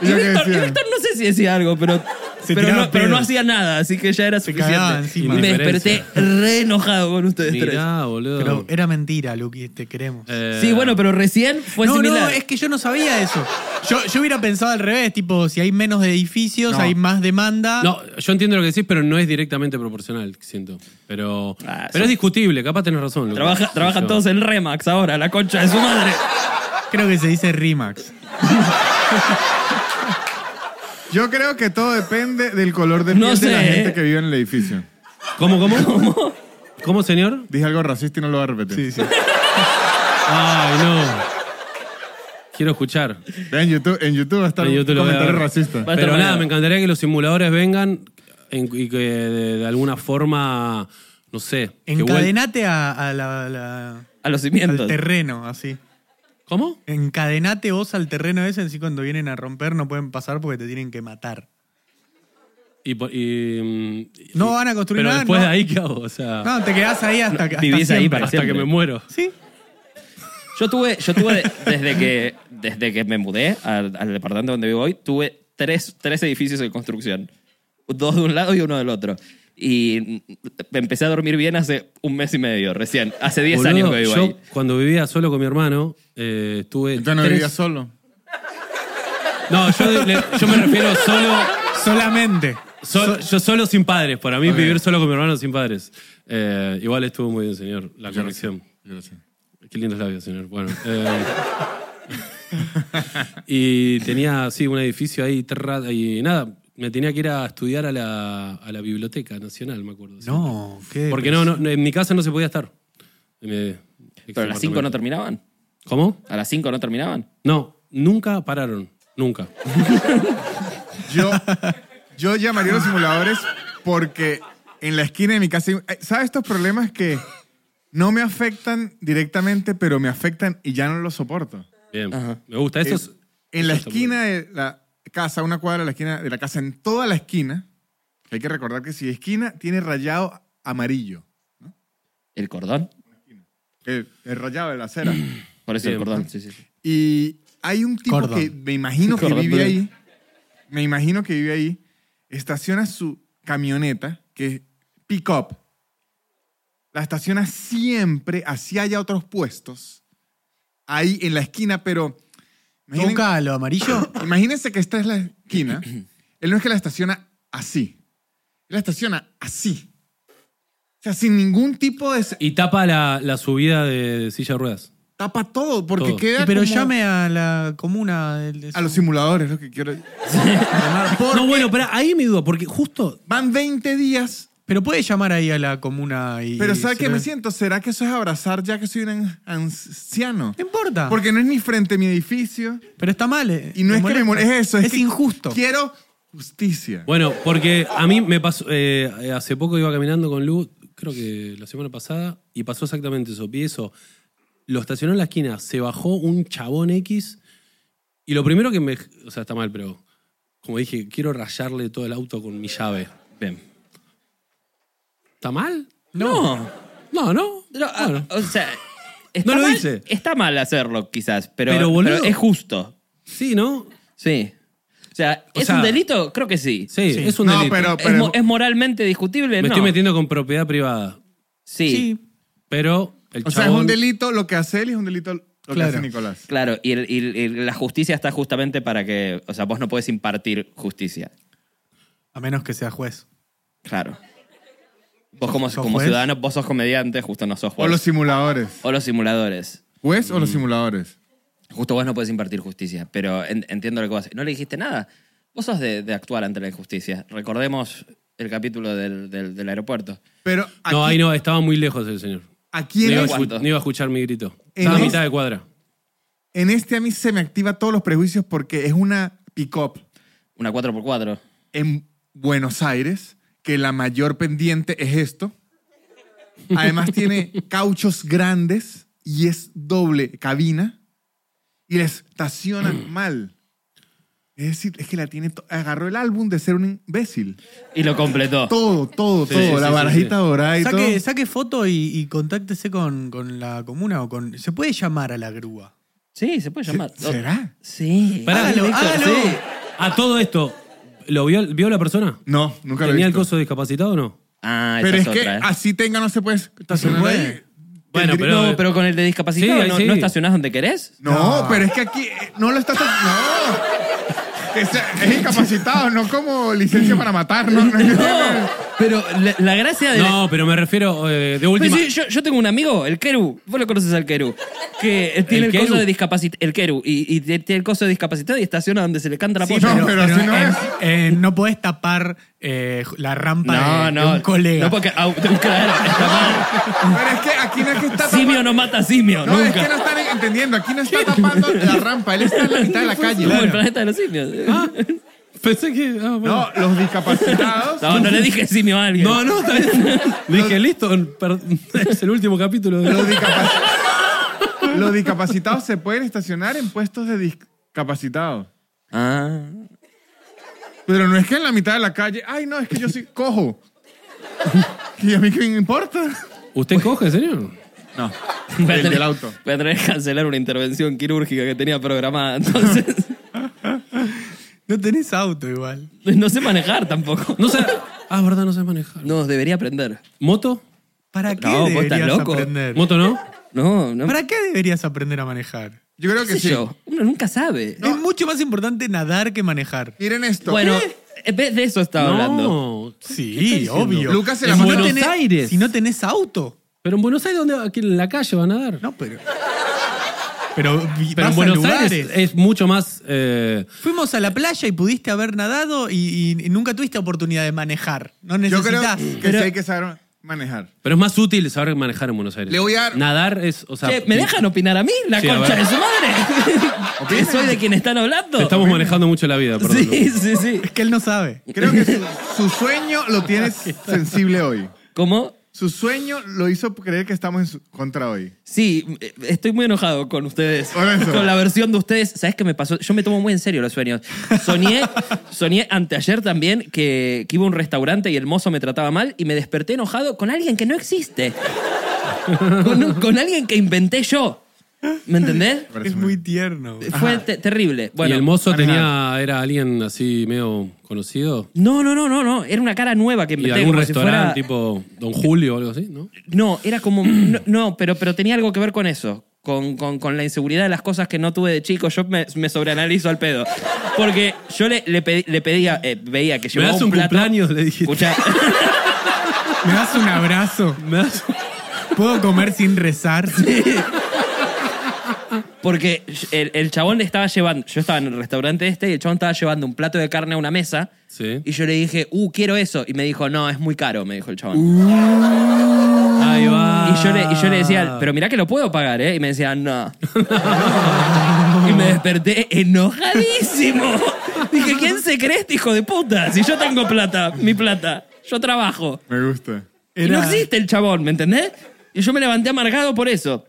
A: y,
E: Yo qué
A: Víctor, y
E: decía.
A: Víctor no sé si decía algo, pero,
F: Se
A: pero,
F: tiraba
A: no, pero
F: pedos.
A: no hacía nada, así que ya era
F: cagaba encima.
A: suficiente. Me desperté re enojado con ustedes
B: Mirá, boludo.
F: Pero era mentira, Luqui, te queremos.
B: Eh,
A: tres. Sí, bueno, pero recién fue
F: no,
A: similar.
F: no, es que yo no sabía eso. Yo, yo hubiera pensado al revés, tipo, si hay menos edificios, hay más demanda.
B: No, yo entiendo lo que decís, pero no es directamente proporcional, siento. Pero,
A: Ah,
B: pero es
A: sí.
B: discutible, capaz tenés razón. Lucas.
A: Trabaja-
B: Sí,
A: trabajan
B: yo-
A: todos en Remax ahora, la concha de su madre.
F: Creo que se dice Remax.
E: Yo creo que todo depende del color de piel
A: No
E: de la
A: sé, eh.
E: gente que vive en el edificio.
B: ¿Cómo, cómo? ¿Cómo? ¿Cómo, señor?
E: Dije algo racista y no lo voy a repetir.
B: Ay, no. Quiero escuchar.
E: En YouTube, en YouTube va a estar
B: En YouTube
E: un
B: lo voy a
E: comentario
B: ver.
E: racista.
A: Va a estar
B: Pero nada,
A: mañana.
B: me encantaría que los simuladores vengan en- y que de, de alguna forma, no sé. que vuel-
F: Encadenate a, a la- la-
A: A los
F: al
A: cimientos.
F: terreno, así.
B: ¿Cómo?
F: Encadenate vos al terreno ese, así cuando vienen a romper no pueden pasar porque te tienen que matar.
B: Y, por- y- mm, y-
F: No van a construir
B: pero
F: nada,
B: Después
F: no.
B: de ahí, ¿qué hago? O sea,
F: No, te quedás ahí hasta que. hasta
A: vivís ahí
F: siempre.
A: para
B: hasta que
A: siempre.
B: me muero.
F: Sí.
A: Yo tuve, yo tuve desde, que, desde que me mudé al, al departamento donde vivo hoy, tuve tres, tres edificios en construcción. Dos de un lado y uno del otro. Y mm, empecé a dormir bien hace un mes y medio, recién. Hace 10
B: Boludo,
A: años que vivo
B: yo
A: ahí.
B: cuando vivía solo con mi hermano, eh, estuve.
E: Entonces no
B: tres-
E: vivía solo.
B: No, yo, le- yo me refiero solo.
F: Solamente.
B: sol- yo solo sin padres. Para mí, vivir solo con mi hermano sin padres. Eh, igual estuvo muy bien, señor, la corrección.
E: Gracias.
B: Qué lindos labios, señor. Bueno. eh, y tenía, sí, un edificio ahí, terra- y nada, me tenía que ir a estudiar a la, a la Biblioteca Nacional, me acuerdo.
F: No, qué.
B: Porque no, no, en mi casa no se podía estar. Eh,
A: Pero a las 5 no terminaban.
B: ¿Cómo?
A: A las 5 no terminaban.
B: No, nunca pararon. Nunca.
E: Yo, yo llamaría a los simuladores porque en la esquina de mi casa. hay- ¿Sabes estos problemas que no me afectan directamente, pero me afectan y ya no los soporto?
B: Bien. Me gusta. Eso es-
E: En- en la
B: eso está muy
E: esquina de la casa, una cuadra de la esquina de la casa, en toda la esquina, hay que recordar que si esquina tiene rayado amarillo,
A: El cordón.
E: el, el rayado de la acera.
A: Por eso el cordón. Sí, sí. sí.
E: Y hay un tipo
F: Cordón.
E: que me imagino que
A: Cordón
E: vive
A: bleu.
E: ahí, me imagino que vive ahí, estaciona su camioneta, que es pick-up, la estaciona siempre, así haya otros puestos, ahí en la esquina, pero... imaginen-
F: Toca lo amarillo.
E: Imagínense que esta es la esquina. Él no es que la estaciona así. Él la estaciona así. O sea, sin ningún tipo de... se-
B: Y tapa la, la subida de silla de ruedas.
E: Tapa todo, porque
B: Todo.
E: queda
F: Pero
E: como-
F: llame a la comuna del- de
E: A los simuladores, lo que quiero...
B: No, bueno, pero ahí mi duda, porque justo
E: Van 20 días,
F: Pero puede llamar ahí a la comuna y.
E: pero ¿sabe
F: se
E: qué
F: ve.
E: me siento? ¿Será que eso es abrazar ya que soy un an- anciano?
F: No importa.
E: Porque no es ni frente a mi edificio.
F: Pero está mal. eh.
E: Y no
F: Te
E: es que me
F: molesta.
E: moleste, es eso. Es, que
F: injusto.
E: Quiero justicia.
B: Bueno, porque a mí me pasó. eh, hace poco iba caminando con Lu, creo que la semana pasada, y pasó exactamente eso. Vi eso. Lo estacionó en la esquina, se bajó un chabón X, y lo primero que me. O sea, está mal, pero. Como dije, quiero rayarle todo el auto con mi llave. Ven. ¿Está mal?
A: No.
B: No, no.
A: No, ah,
B: Bueno.
A: O sea, está
B: No lo
A: mal,
B: hice.
A: Está mal hacerlo, quizás, pero,
B: Pero, boludo.
A: pero es justo.
B: Sí, ¿no?
A: Sí. O sea,
B: O
A: ¿es
B: sea,
A: un delito? Creo que sí.
B: Sí, es un
E: No,
B: delito.
E: pero-
A: ¿Es, mo- es moralmente discutible?
E: eh,
B: me
A: no.
B: estoy metiendo con propiedad privada.
A: Sí,
F: Sí.
B: Pero el
E: O sea, es
B: chabón.
E: un delito lo que hace él y es un delito lo que
F: Claro.
E: hace Nicolás.
A: claro. Y, el- y el- y la justicia está justamente para que. O sea, vos no puedes impartir justicia.
F: A menos que sea juez.
A: Claro. Vos, como,
F: ¿Sos
A: como
F: juez?
A: ciudadano, vos sos comediante, justo no sos
E: O
A: juez.
E: los simuladores.
A: O los simuladores.
E: ¿Juez o los simuladores?
A: Justo vos no puedes impartir justicia, pero en- entiendo lo que vas. No le dijiste nada. Vos sos de, de actuar ante la injusticia. Recordemos el capítulo del, del- del aeropuerto.
E: Pero aquí,
B: No, ahí no, estaba muy lejos el señor.
E: aquí
B: No
E: en,
B: iba, a
E: este-
B: escu- no iba a escuchar mi grito.
E: En
B: Estaba a
E: los-
B: mitad de cuadra.
E: en este a mí se me activa todos los prejuicios porque es una pick-up
A: Una 4x4.
E: en Buenos Aires, que la mayor pendiente es esto. Además tiene cauchos grandes y es doble cabina y la estacionan
B: Mm.
E: mal. Es decir, es que la tiene... to- Agarró el álbum de ser un imbécil.
A: Y lo completó.
E: Todo, todo,
B: Sí,
E: todo.
B: sí,
E: la
B: sí,
E: barajita dorada y
F: Saque,
E: todo.
F: saque foto y, y contáctese con, con la comuna o con. ¿Se puede llamar a la grúa?
A: Sí, se puede llamar.
E: ¿Se- ¿Será?
A: Sí.
B: Pará,
F: Hágalo,
B: Víctor,
F: hágalo.
B: sí. A todo esto, ¿lo vio, vio la persona?
E: No, nunca lo he
B: ¿Tenía el
E: visto.
B: coso discapacitado o no?
A: Ah, esa
E: Pero es
A: es,
E: que
A: otra. ¿eh?
E: así tenga no se puede estacionar
F: puede.
E: ahí.
B: Bueno, pero- eh,
A: no, pero con el de discapacitado,
B: Sí,
A: ¿no,
B: sí.
A: no estacionás donde querés?
E: No, pero es que aquí eh, no lo estás... No. Que sea- es incapacitado, no como licencia para matar. No, no,
A: No, pero la, la gracia de...
B: No, pero me refiero eh, de
A: Pues
B: última.
A: sí, yo, yo tengo un amigo, el Keru, vos lo conoces al Keru, que eh, tiene
B: ¿El
A: el, coso
B: Keru?
A: de discapacitado, el Keru, y, y te- tiene el coso de discapacitado y estaciona donde se le canta la
E: Sí,
A: polla.
E: no, pero así no
F: eh,
E: es.
F: eh, no podés tapar eh, la rampa
A: No,
F: de, de
A: no.
F: un colega.
A: No, porque. au, te- claro, está mal.
E: Pero es que aquí no es que está
A: Simio no mata simio,
E: No, es
A: nunca.
E: que no están entendiendo. Aquí no está tapando la rampa. Él está en la mitad de la calle.
A: Como el planeta de los simios.
E: Ah.
B: Pensé que. ah, bueno.
E: No, los discapacitados...
A: No, no le dije simio a alguien.
B: No, no, está bien. Dije, listo, per- es el último capítulo. de-
E: Los, discapac- los discapacitados se pueden estacionar en puestos de discapacitados.
A: Ah.
E: Pero no es que en la mitad de la calle, ay, no, es que yo sí cojo. ¿Y a mí qué me importa?
B: ¿Usted coge, señor?
E: No.
A: Voy a
E: El
A: tener-
E: del auto.
A: Voy a tener que cancelar una intervención quirúrgica que tenía programada. Entonces,
F: No tenés auto igual.
A: no sé manejar tampoco.
B: No sé. Ah, es verdad, no sé manejar.
A: No, debería aprender.
B: ¿Moto?
F: ¿Para qué
A: No, vos estás
F: deberías
A: loco.
F: aprender?
B: ¿Moto no?
A: No, no.
F: ¿Para qué deberías aprender a manejar?
E: Yo creo
A: ¿Qué
E: que
A: sé
E: sí.
A: yo? Uno nunca sabe.
F: Es mucho más importante nadar que manejar.
E: Miren esto.
A: Bueno, en vez de eso estaba hablando.
B: No.
F: Sí, obvio.
E: Lucas se la
F: Si no
B: Buenos
F: tenés-
B: Aires.
F: Si no tenés auto.
B: Pero en Buenos Aires, ¿dónde va? Aquí en la calle van a dar.
F: No, pero. Pero, vi- vas
B: Pero en
F: a
B: Buenos
F: lugares.
B: Aires es mucho más. eh,
F: Fuimos a la playa y pudiste haber nadado y, y nunca tuviste oportunidad de manejar. No
E: yo creo
F: necesitas.
E: que
F: Pero-
E: sí hay que saber manejar.
B: pero es más útil saber manejar en Buenos Aires.
E: Le voy a dar-
B: Nadar es. O sea, eh,
A: Che, ¿Me dejan opinar a mí? La
B: Sí, a
A: concha
B: ver.
A: de su madre. que soy de quien están hablando.
B: Te estamos manejando mucho la vida, perdón.
A: Sí, sí, sí.
F: Es que él no sabe.
E: Creo que su, su sueño lo tienes sensible hoy.
A: ¿Cómo?
E: Su sueño lo hizo creer que estamos en su contra hoy.
A: Sí, eh, estoy muy enojado con ustedes.
E: Por eso.
A: Con la versión de ustedes. ¿Sabes qué me pasó? Yo me tomo muy en serio los sueños. Soñé, soñé anteayer también que, que iba a un restaurante y el mozo me trataba mal y me desperté enojado con alguien que no existe. Con, un- con alguien que inventé yo. ¿Me entendés?
E: Parece
F: Es
E: una-
F: muy tierno. güey.
A: Fue te- terrible. Bueno,
B: y el mozo tenía, era alguien así medio conocido.
A: No, no, no, no, no. Era una cara nueva que
B: Y de
A: inventé.
B: algún
A: como si fuera-
B: restaurante tipo Don Julio o algo así, ¿no?
A: No, era como. No, no, pero, pero tenía algo que ver con eso. Con, con- con la inseguridad de las cosas que no tuve de chico, yo me, me sobreanalizo al pedo. Porque yo le, le pedí- le pedía, eh, veía que
B: ¿Me
A: llevaba
B: das un,
A: plato.
B: cumpleaños? Le dije.
A: Escuchá,
F: ¿Me das un abrazo?
B: ¿Me das un-
F: ¿Puedo comer sin rezar?
A: porque el, el chabón le estaba llevando. Yo estaba en el restaurante este y el chabón estaba llevando un plato de carne a una mesa.
B: Sí.
A: Y yo le dije, uh, quiero eso. Y me dijo, no, es muy caro, me dijo el chabón.
B: Ahí va.
A: Y yo, le, y yo le
E: Ah.
A: decía, pero mirá que lo puedo pagar, ¿eh? Y me decía, no. y me desperté enojadísimo. Dije, ¿quién se cree este hijo de puta? Si yo tengo plata, mi plata, yo trabajo.
E: Me gusta.
A: Y no
F: Era-
A: existe el chabón, ¿me entendés? Y yo me levanté amargado por eso.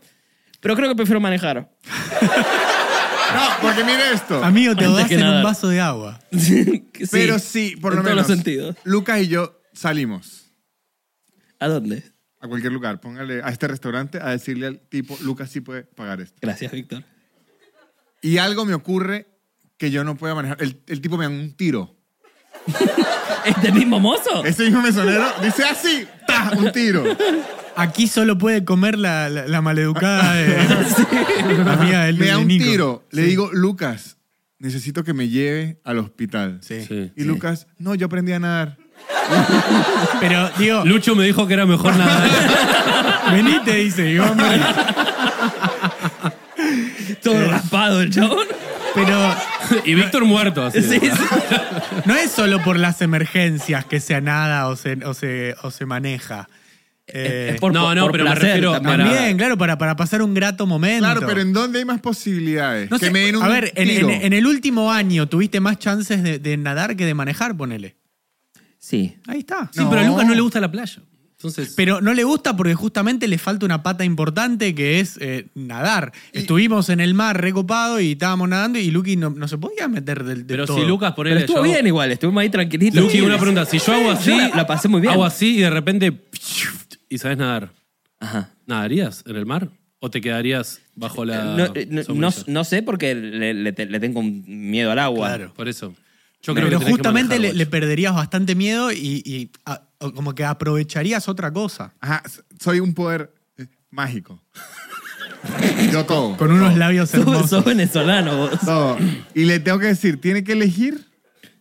A: Pero creo que prefiero manejar.
E: No, porque mire esto.
F: Amigo, te
A: Antes
F: das
A: que
F: en
A: nada.
F: un vaso de agua.
A: Sí,
E: Pero sí, por lo
A: en
E: menos.
A: todos los sentidos.
E: Lucas y yo salimos
A: ¿A dónde?
E: a cualquier lugar. Póngale a este restaurante a decirle al tipo, Lucas sí puede pagar esto.
A: Gracias, Víctor.
E: Y algo me ocurre que yo no puedo manejar. El, el tipo me da un tiro.
A: ¿Este mismo mozo?
B: Eh,
E: Ese mismo mesonero dice así, ¡ta! Un tiro.
F: Aquí solo puede comer la, la- la maleducada de, amiga del
E: Me da un
F: Nico.
E: tiro. Le digo, Lucas, necesito que me lleve al hospital.
F: Sí.
B: Sí.
E: Y Lucas, no, yo aprendí a nadar.
F: Pero, digo,
B: Lucho me dijo que era mejor nada.
F: vení, te dice. y vos morís.
A: Todo
B: eh,
A: raspado el chabón.
F: Pero
B: y Víctor muerto. Así.
A: Sí, sí.
F: no es solo por las emergencias que se anada o se, o se, o se maneja. Eh,
A: Es por-
B: No, no,
A: por
B: pero me
A: placer
B: refiero
A: también.
B: para-
F: También, claro, para, para pasar un grato momento.
E: Claro, pero ¿en dónde hay más posibilidades?
F: No
E: que
F: sé,
E: me den un
F: a ver, en,
E: tiro.
F: en- en el último año tuviste más chances de, de nadar que de manejar, ponele.
A: Sí.
F: Ahí está.
B: Sí, pero a Lucas no le gusta la playa. Entonces,
F: Pero no le gusta porque justamente le falta una pata importante que es eh, nadar. Estuvimos en el mar recopado y estábamos nadando y Lucky no, no se podía meter del de
B: pero
F: todo.
B: si Lucas por
A: Pero estuvo bien igual, estuvimos ahí tranquilitos.
B: Luchi, una pregunta. Si yo hago así,
A: Yo la- la pasé muy bien.
B: Hago así y de repente y sabes nadar.
A: Ajá.
B: ¿Nadarías en el mar? ¿O te quedarías bajo la
A: No, eh, no-
B: sombrilla?
A: no- no sé porque le, le te- le tengo un miedo al agua.
F: Claro.
B: Por eso. Yo creo
F: Pero
B: que tenés que
F: justamente le,
B: manejar,
F: le
B: guacho.
F: perderías bastante miedo y, y, ah, o como que aprovecharías otra cosa.
E: Ajá, s- soy un poder eh, mágico. Yo todo.
F: Con unos labios
A: Sos, sos
F: hermosos.
A: venezolano vos.
E: todo. Y le tengo que decir, tiene que elegir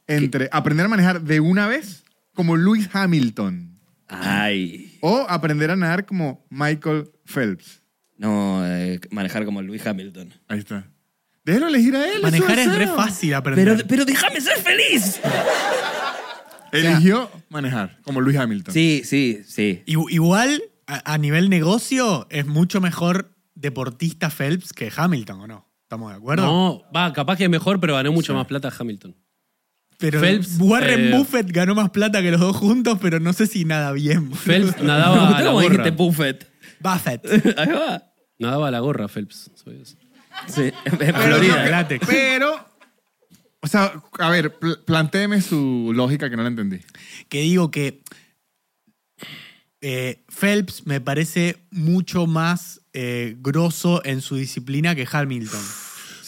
E: entre aprender a manejar de una vez como Lewis Hamilton
A: Ay.
E: o aprender a nadar como Michael Phelps.
A: No, eh, manejar como Luis Hamilton.
E: Ahí está. Déjelo elegir a él. su
F: Manejar es
E: deseo.
F: re fácil aprender.
A: Pero, pero déjame ser feliz.
E: Eligió manejar como Lewis Hamilton.
A: Sí, sí, sí.
F: Igu- Igual, a, a nivel negocio, es mucho mejor deportista Phelps que Hamilton, ¿o no? ¿Estamos de acuerdo?
B: No, va, capaz que es mejor, pero ganó mucho más plata Hamilton.
F: pero
B: Phelps,
F: Warren
B: eh,
F: Buffett ganó más plata que los dos juntos, pero no sé si nada bien.
B: Phelps
A: Me
B: nadaba a
A: gustó
B: Ah, la
A: como dijiste
F: este
B: gorra.
A: Buffett.
F: Buffett.
A: Ahí va.
B: Nadaba a la gorra, Phelps. ¿sabías?
A: Sí, en
E: Pero
A: Florida.
E: creo que-
F: látex.
E: Pero, o sea, a ver, pl- plantéeme su lógica que no la entendí.
F: que digo que eh, Phelps me parece mucho más eh, grosso en su disciplina que Hamilton.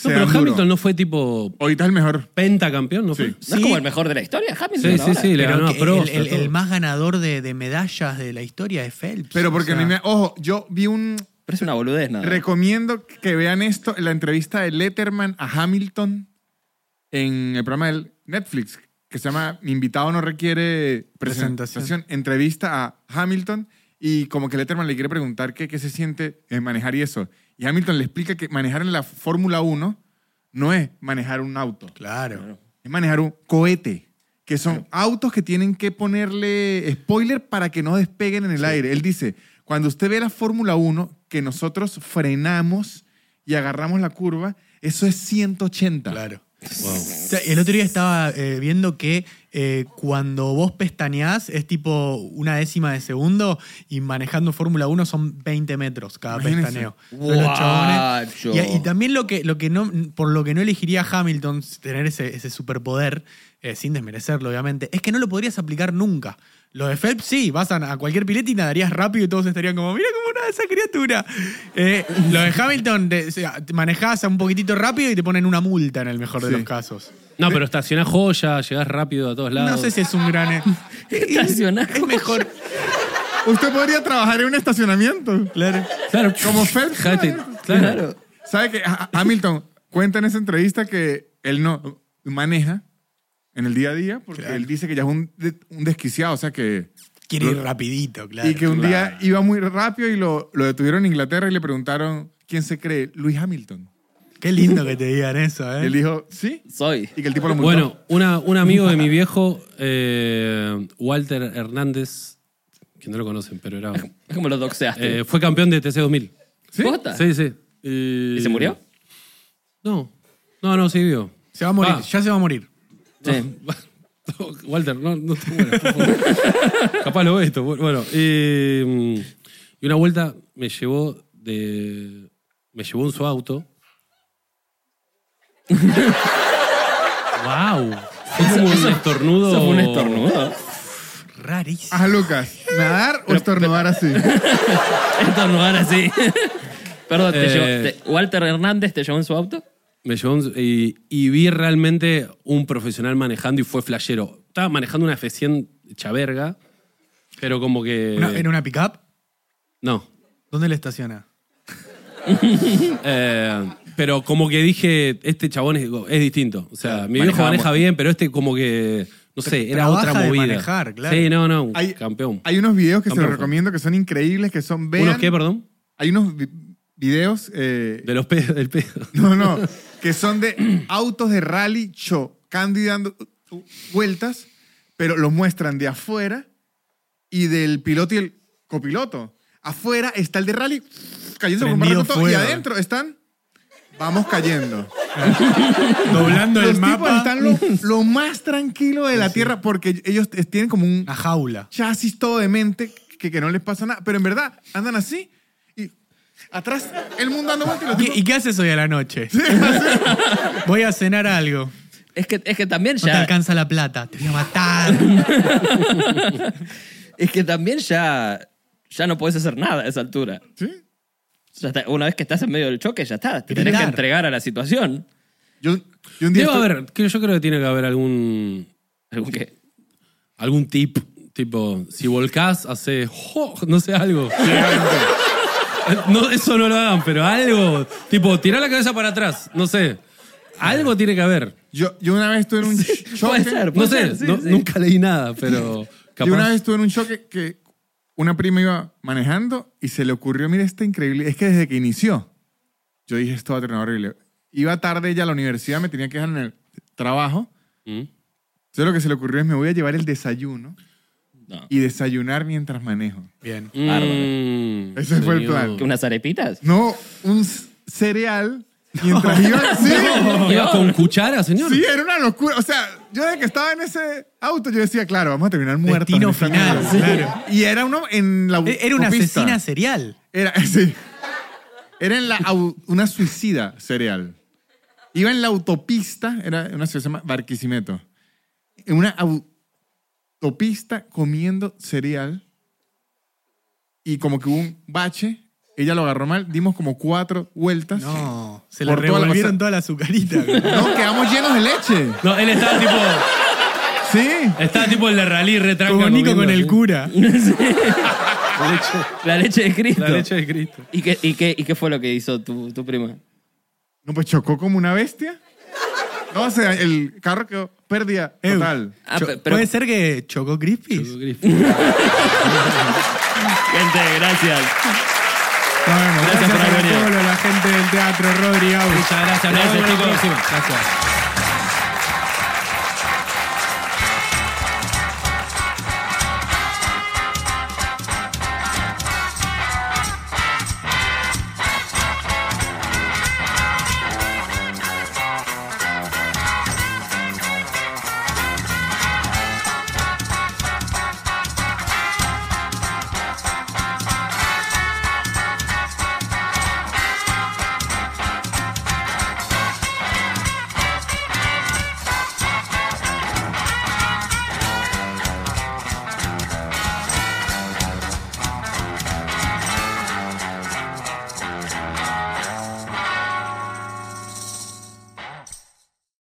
B: No, pero Hamilton no fue tipo
E: Ahorita es el mejor.
B: pentacampeón, ¿no fue?
E: Sí.
A: ¿No es
F: Sí.
A: como el mejor de la historia, Hamilton?
B: Sí, sí,
A: ahora?
B: sí, le
F: Pero
B: ganó a
F: que
B: Prost.
F: el, el-
B: a todos.
F: el más ganador de, de medallas de la historia es Phelps.
E: Pero porque
F: O sea,
E: a mí me- Ojo, yo vi un...
A: Pero es una boludez, nada.
E: Recomiendo que vean esto en la entrevista de Letterman a Hamilton en el programa del Netflix, que se llama Mi invitado no requiere presentación.
F: Presentación.
E: Entrevista a Hamilton y como que Letterman le quiere preguntar qué, qué se siente en manejar y eso. Y Hamilton le explica que manejar en la Fórmula 1 no es manejar un auto,
F: Claro.
E: es manejar un cohete. Que son autos que tienen que ponerle spoiler para que no despeguen en el aire. Él dice, cuando usted ve la Fórmula 1, que nosotros frenamos y agarramos la curva, eso es 180.
F: Claro. O sea, el otro día estaba eh, viendo que eh, eh, cuando vos pestañeás es tipo una décima de segundo y manejando Fórmula 1 son 20 metros cada
E: Imagínense.
F: pestañeo. Entonces, los chabones-
A: Guacho.
F: y, y también lo que, lo que no, por lo que no elegiría a Hamilton tener ese, ese superpoder, eh, sin desmerecerlo obviamente, es que no lo podrías aplicar nunca. Lo de Phelps sí, vas a, a cualquier pileta y nadarías rápido y todos estarían como, mira cómo nada esa criatura. Eh, lo de Hamilton, te, o sea, te manejás un poquitito rápido y te ponen una multa en el mejor de
E: Sí.
F: los casos.
B: No, pero estacionás joya, llegás rápido a todos lados.
F: No sé si es un gran... eh,
A: Estacionás
F: Es mejor,
E: Usted podría trabajar en un estacionamiento.
F: claro.
B: Claro,
E: Como Phelps.
B: Jate,
E: claro.
B: claro.
E: ¿Sabe que Ha- Hamilton cuenta en esa entrevista que él no maneja en el día a día porque él dice que ya es un, de- un desquiciado, o sea que...
F: Quiere ir rapidito, claro.
E: y que un
F: claro.
E: día iba muy rápido y lo, lo detuvieron en Inglaterra y le preguntaron quién se cree, Luis Hamilton.
F: Qué lindo que te digan eso,
E: Y él
F: ¿eh?
E: dijo, ¿sí?
A: Soy.
E: Y que el tipo lo multó.
B: Bueno, una- un amigo de mi viejo, eh, Walter Hernández, que no lo conocen, pero era.
A: Es como lo doxeaste.
B: eh, fue campeón de TC2000.
E: ¿Sí?
A: ¿Posta?
B: Sí, sí.
A: ¿Y se murió?
B: No. No, no, sí vivió.
F: Se va a morir,
E: Ah.
B: Va.
F: ya se va a morir.
A: Sí.
B: Walter, no, no te mueras, por favor. Capaz lo ve esto. Bueno, eh, y una vuelta me llevó de. Me llevó en su auto. ¡Wow! Fue como un estornudo.
A: Eso fue un estornudo.
F: Rarísimo.
E: Ajá, "Ah, Lucas, ¿nadar o estornudar así?
A: Estornudar así. Perdón, te
B: Eh.
A: llevó- te- Walter Hernández te llevó en su auto.
B: Me llevó un- y, y vi realmente un profesional manejando y fue flashero. Estaba manejando una F100 chaverga, pero como
E: Eh.
B: que.
F: Una- ¿En una pickup?
B: No.
F: ¿Dónde le estaciona?
B: Eh, pero como que dije, este chabón es, es distinto. O sea, mi viejo
A: manejaba
B: maneja bien, pero este como que, no sé, era
F: trabaja
B: otra
F: de
B: movida.
F: manejar, claro.
B: Sí, no, no, un
E: Hay,
B: campeón.
E: hay unos videos que se
B: Campeón.
E: los recomiendo que son increíbles, que son... Vean,
B: ¿Unos qué, perdón?
E: Hay unos vi- videos... eh,
B: De los pedos, del pedo.
E: No, no. Que son de autos de rally chocando y dando uh, uh, vueltas, pero los muestran de afuera y del piloto y el copiloto. Afuera está el de rally cayendo con
F: Prendido
E: barranco todo, y
F: fuego.
E: adentro están. Vamos cayendo.
F: Doblando
E: Los
F: el
E: tipos
F: mapa.
E: están lo, lo más tranquilo de la tierra porque ellos t- tienen como un
F: Una jaula.
E: chasis todo demente que, que no les pasa nada. Pero en verdad andan así y atrás el mundo dando vueltas y los
F: ¿Y,
E: tipos.
F: y qué haces hoy a la noche? Voy a cenar algo.
A: Es que, es que también
F: No te
A: ya.
F: alcanza la plata. Te voy a matar.
A: es que también ya. Ya no puedes hacer nada a esa altura.
E: ¿Sí?
A: Ya está- una vez que estás en medio del choque, ya está. Te tenés que
F: Gritar.
A: entregar a la situación.
E: Yo, yo un día
B: Debe
E: estu-
B: haber, creo- yo creo que tiene que haber algún,
A: Algún que-
B: algún tip. Tipo, si volcás, hace. jo, no sé, algo. No, eso no lo hagan, pero algo. Tipo, tirar la cabeza para atrás. No sé. Algo tiene que haber.
E: Yo, yo una vez estuve en un choque.
A: puede ser.
B: No sé,
A: sí,
B: no-
A: sí.
B: nunca leí nada, pero. Capaz.
E: Yo una vez estuve en un choque que una prima iba manejando y se le ocurrió, mira, está increíble. Es que desde que inició, yo dije, esto va a terminar horrible. Iba tarde ya a la universidad, me tenía que dejar en el trabajo.
B: Mm.
E: Entonces lo que se le ocurrió es, me voy a llevar el desayuno
A: No.
E: y desayunar mientras manejo.
F: Bien.
A: Mm.
B: Mm.
E: Ese fue el
B: Señor.
E: plan.
A: ¿Que ¿Unas arepitas?
E: No, un c- cereal mientras iba... Sí,
B: ¿Iba con cuchara, señor?
E: sí, era una locura. O sea, yo desde que estaba en ese auto, yo decía, claro, vamos a terminar muertos.
F: Destino
E: en esta
F: final,
E: mierda".
F: claro.
E: Y era uno en la
F: E- Era una
E: autopista.
F: asesina serial.
E: Era, sí. Era en la, au- una suicida cereal. Iba en la autopista, era una ciudad que se llama Barquisimeto. En una au- autopista comiendo cereal. Y como que hubo un bache, ella lo agarró mal, dimos como cuatro vueltas.
F: No. Se le
E: Por toda la
F: revolvieron
E: pasada.
F: toda la azucarita.
E: No, quedamos llenos de leche.
B: No, él estaba tipo.
E: Sí.
B: Estaba tipo en la rally retranca.
F: Como Nico
B: comiendo
F: con el
B: así.
F: cura.
A: La leche de Cristo.
B: La leche de Cristo.
A: ¿Y qué, y, qué, ¿Y qué fue lo que hizo tu, tu prima?
E: No, pues chocó como una bestia. No, o sea, el carro quedó pérdida
F: Ew.
E: total.
A: Ah,
F: Cho-
A: pe- pero-
F: ¿Puede ser que chocó Crispis?
A: Gente, gracias.
F: Bueno,
A: Gracias por haber venido.
F: Polo, la gente del teatro, Rodri, Agus.
B: Muchas gracias,
F: Nos
B: gracias,
F: vemos la
B: chicos.
F: próxima.
B: Gracias.